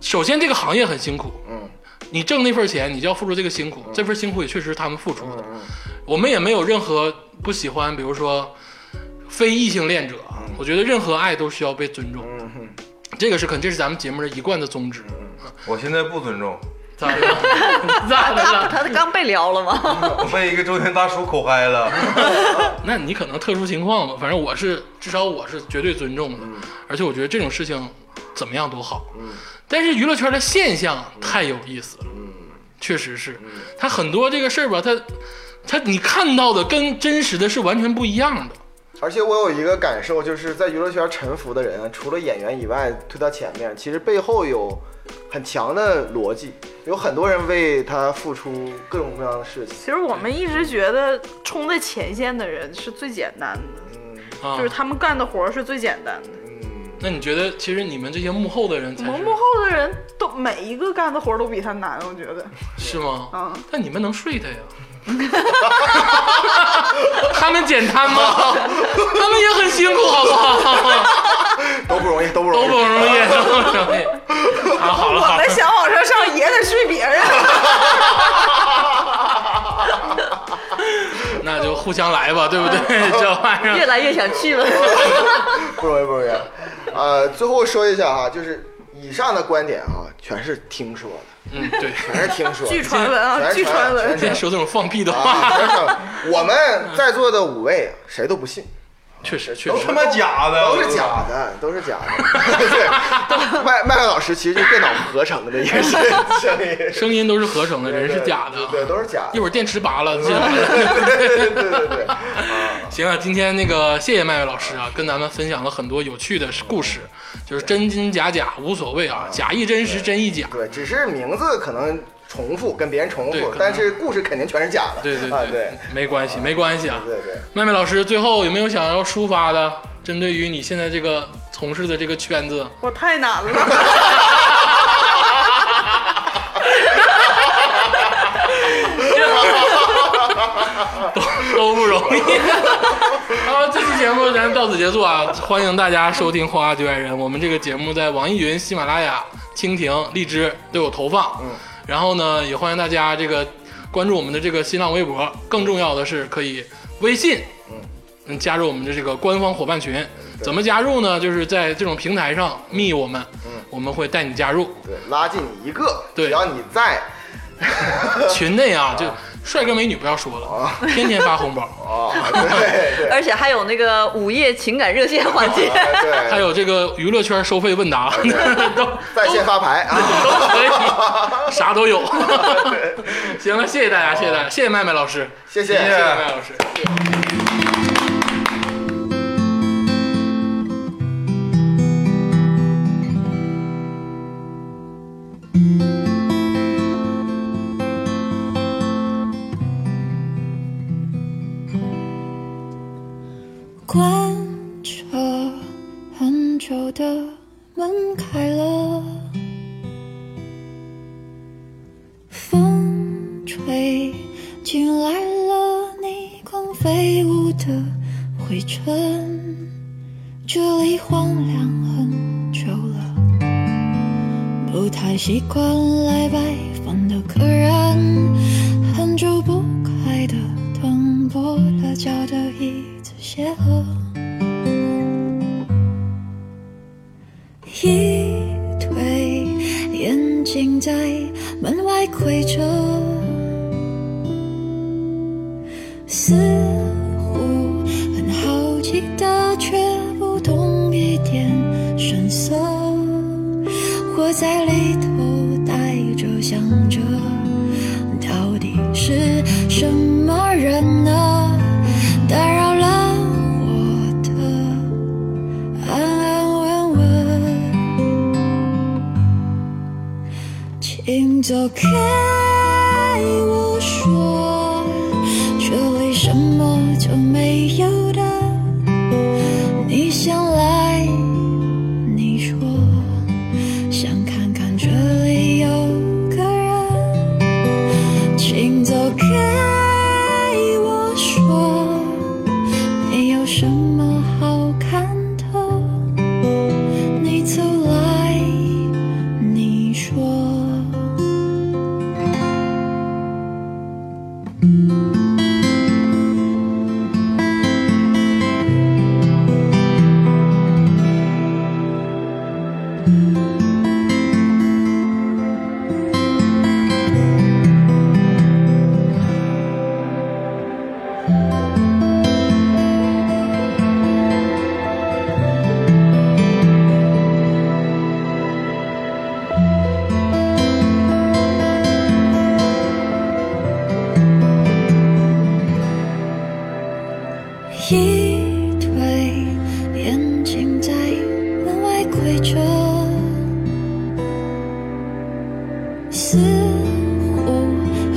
[SPEAKER 2] 首先，这个行业很辛苦，
[SPEAKER 4] 嗯
[SPEAKER 2] 你挣那份钱，你就要付出这个辛苦，这份辛苦也确实是他们付出的。
[SPEAKER 4] 嗯
[SPEAKER 2] 我们也没有任何不喜欢，比如说非异性恋者啊，我觉得任何爱都需要被尊重，
[SPEAKER 4] 嗯嗯，
[SPEAKER 2] 这个是肯，这是咱们节目的一贯的宗旨。
[SPEAKER 5] 我现在不尊重，
[SPEAKER 2] 咋的了？咋的
[SPEAKER 3] 他
[SPEAKER 2] 了？
[SPEAKER 3] 他刚被撩了吗？
[SPEAKER 5] 我被一个中年大叔口嗨了。
[SPEAKER 2] 那你可能特殊情况吧，反正我是，至少我是绝对尊重的，而且我觉得这种事情怎么样都好。但是娱乐圈的现象太有意思了，确实是，它很多这个事儿吧，它它你看到的跟真实的是完全不一样的。
[SPEAKER 4] 而且我有一个感受，就是在娱乐圈沉浮的人，除了演员以外，推到前面，其实背后有很强的逻辑，有很多人为他付出各种各样的事情。
[SPEAKER 6] 其实我们一直觉得冲在前线的人是最简单的，
[SPEAKER 2] 啊
[SPEAKER 6] 就是他们干的活儿是最简单的。
[SPEAKER 2] 那你觉得，其实你们这些幕后的人才
[SPEAKER 6] 我们
[SPEAKER 2] 是
[SPEAKER 6] 幕后的人都每一个干的活儿都比他难，我觉得。
[SPEAKER 2] 是吗？
[SPEAKER 6] 嗯
[SPEAKER 2] 但你们能睡 他呀？他们简单吗？ 他们也很辛苦，好不好？
[SPEAKER 4] 都不容易，都不容
[SPEAKER 2] 都
[SPEAKER 4] 易。
[SPEAKER 2] 不容易，都不容易。啊，好了
[SPEAKER 6] 我
[SPEAKER 2] 好了
[SPEAKER 6] 们，想往上上也得睡别人。
[SPEAKER 2] 那就互相来吧，对不对？这玩意
[SPEAKER 3] 越
[SPEAKER 2] 儿，
[SPEAKER 3] 来越想去了。
[SPEAKER 4] 不容易，不容易。呃，最后说一下哈，就是以上的观点啊，全是听说的，
[SPEAKER 2] 嗯，对。
[SPEAKER 4] 全是听说 的，
[SPEAKER 6] 据传闻啊，
[SPEAKER 4] 全
[SPEAKER 6] 据
[SPEAKER 4] 是
[SPEAKER 6] 传
[SPEAKER 4] 全
[SPEAKER 6] 闻
[SPEAKER 4] 是。
[SPEAKER 2] 别说这种放屁的
[SPEAKER 4] 啊，
[SPEAKER 2] 话，
[SPEAKER 4] 全是传闻。我们在座的五位啊，谁都不信，
[SPEAKER 2] 确实确
[SPEAKER 5] 都
[SPEAKER 2] 实
[SPEAKER 5] 他。妈假的，
[SPEAKER 4] 都是假的，都是假的。 对，麦麦麦老师其实就是电脑合成的，也是声音，
[SPEAKER 2] 声音都是合成的，人是假的啊。
[SPEAKER 4] 对，都是假
[SPEAKER 2] 一
[SPEAKER 4] 的。
[SPEAKER 2] 会儿电池拔了，这
[SPEAKER 4] 对对对对，
[SPEAKER 2] 行啊，今天那个谢谢麦麦老师啊，跟咱们分享了很多有趣的故事，就是真真假假无所谓啊，假亦真实，真亦假。
[SPEAKER 4] 对，只是名字可能重复，跟别人重
[SPEAKER 2] 对可
[SPEAKER 4] 复
[SPEAKER 2] 能，
[SPEAKER 4] 但是故事肯定全是假的。
[SPEAKER 2] 对对
[SPEAKER 4] 啊，
[SPEAKER 2] 对，
[SPEAKER 4] 对
[SPEAKER 2] 没关系，没关系啊。
[SPEAKER 4] 对对。
[SPEAKER 2] 麦麦老师，最后有没有想要抒发的？针对于你现在这个从事的这个圈子，
[SPEAKER 6] 我太难了，
[SPEAKER 2] 都都不容易。 好，这期节目咱到此结束啊！欢迎大家收听《花花局外人》，我们这个节目在网易云、喜马拉雅、蜻蜓、荔枝都有投放。嗯，然后呢，也欢迎大家这个关注我们的这个新浪微博，更重要的是可以微信，嗯，加入我们的这个官方伙伴群。怎么加入呢？就是在这种平台上密我们，我们会带你加入。
[SPEAKER 4] 对，拉进你一个，
[SPEAKER 2] 对
[SPEAKER 4] 只要你在，
[SPEAKER 2] 群内啊，就帅哥美女不要说了，天天发红包，
[SPEAKER 4] 哦，对对，
[SPEAKER 3] 而且还有那个午夜情感热线环节。
[SPEAKER 4] 哎 对，
[SPEAKER 2] 还有这个娱乐圈收费问答，都
[SPEAKER 4] 在线发牌啊，
[SPEAKER 2] 都可以，啥都有。行了，谢谢大家，谢谢大家，谢谢麦麦老师，
[SPEAKER 4] 谢
[SPEAKER 2] 谢谢
[SPEAKER 4] 谢。
[SPEAKER 2] 麦麦老师。
[SPEAKER 7] 关着很久的门开了，风吹进来了你狂飞舞的灰尘，这里荒凉很久了，不太习惯来拜访的客人，很久不开的灯，跛了脚的椅子鞋盒，一对眼睛在门外窥着，似乎很好奇的，却不懂一点神色，活在里头呆着想着。到底是什么人呢？打扰了我的安安稳稳，请走开，我说这里什么都没有的。一推，眼睛在门外窥着，似乎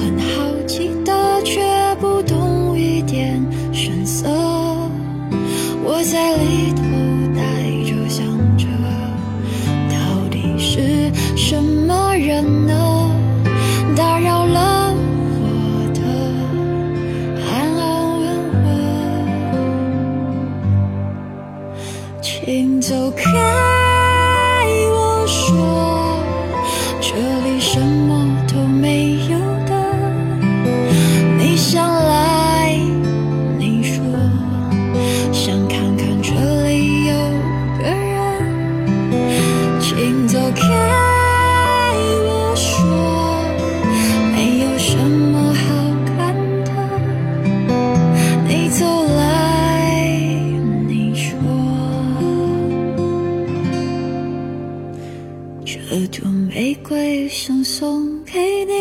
[SPEAKER 7] 很好奇的，却不懂一点神色。我在里头呆着想着，到底是什么人呢？打扰了我的安安稳稳，请走开。我说，这里什么都没有的。你想来，你说，想看看这里有个人，请走开。我说，没有什么好看的。你走来，你说，这朵玫瑰想送给你。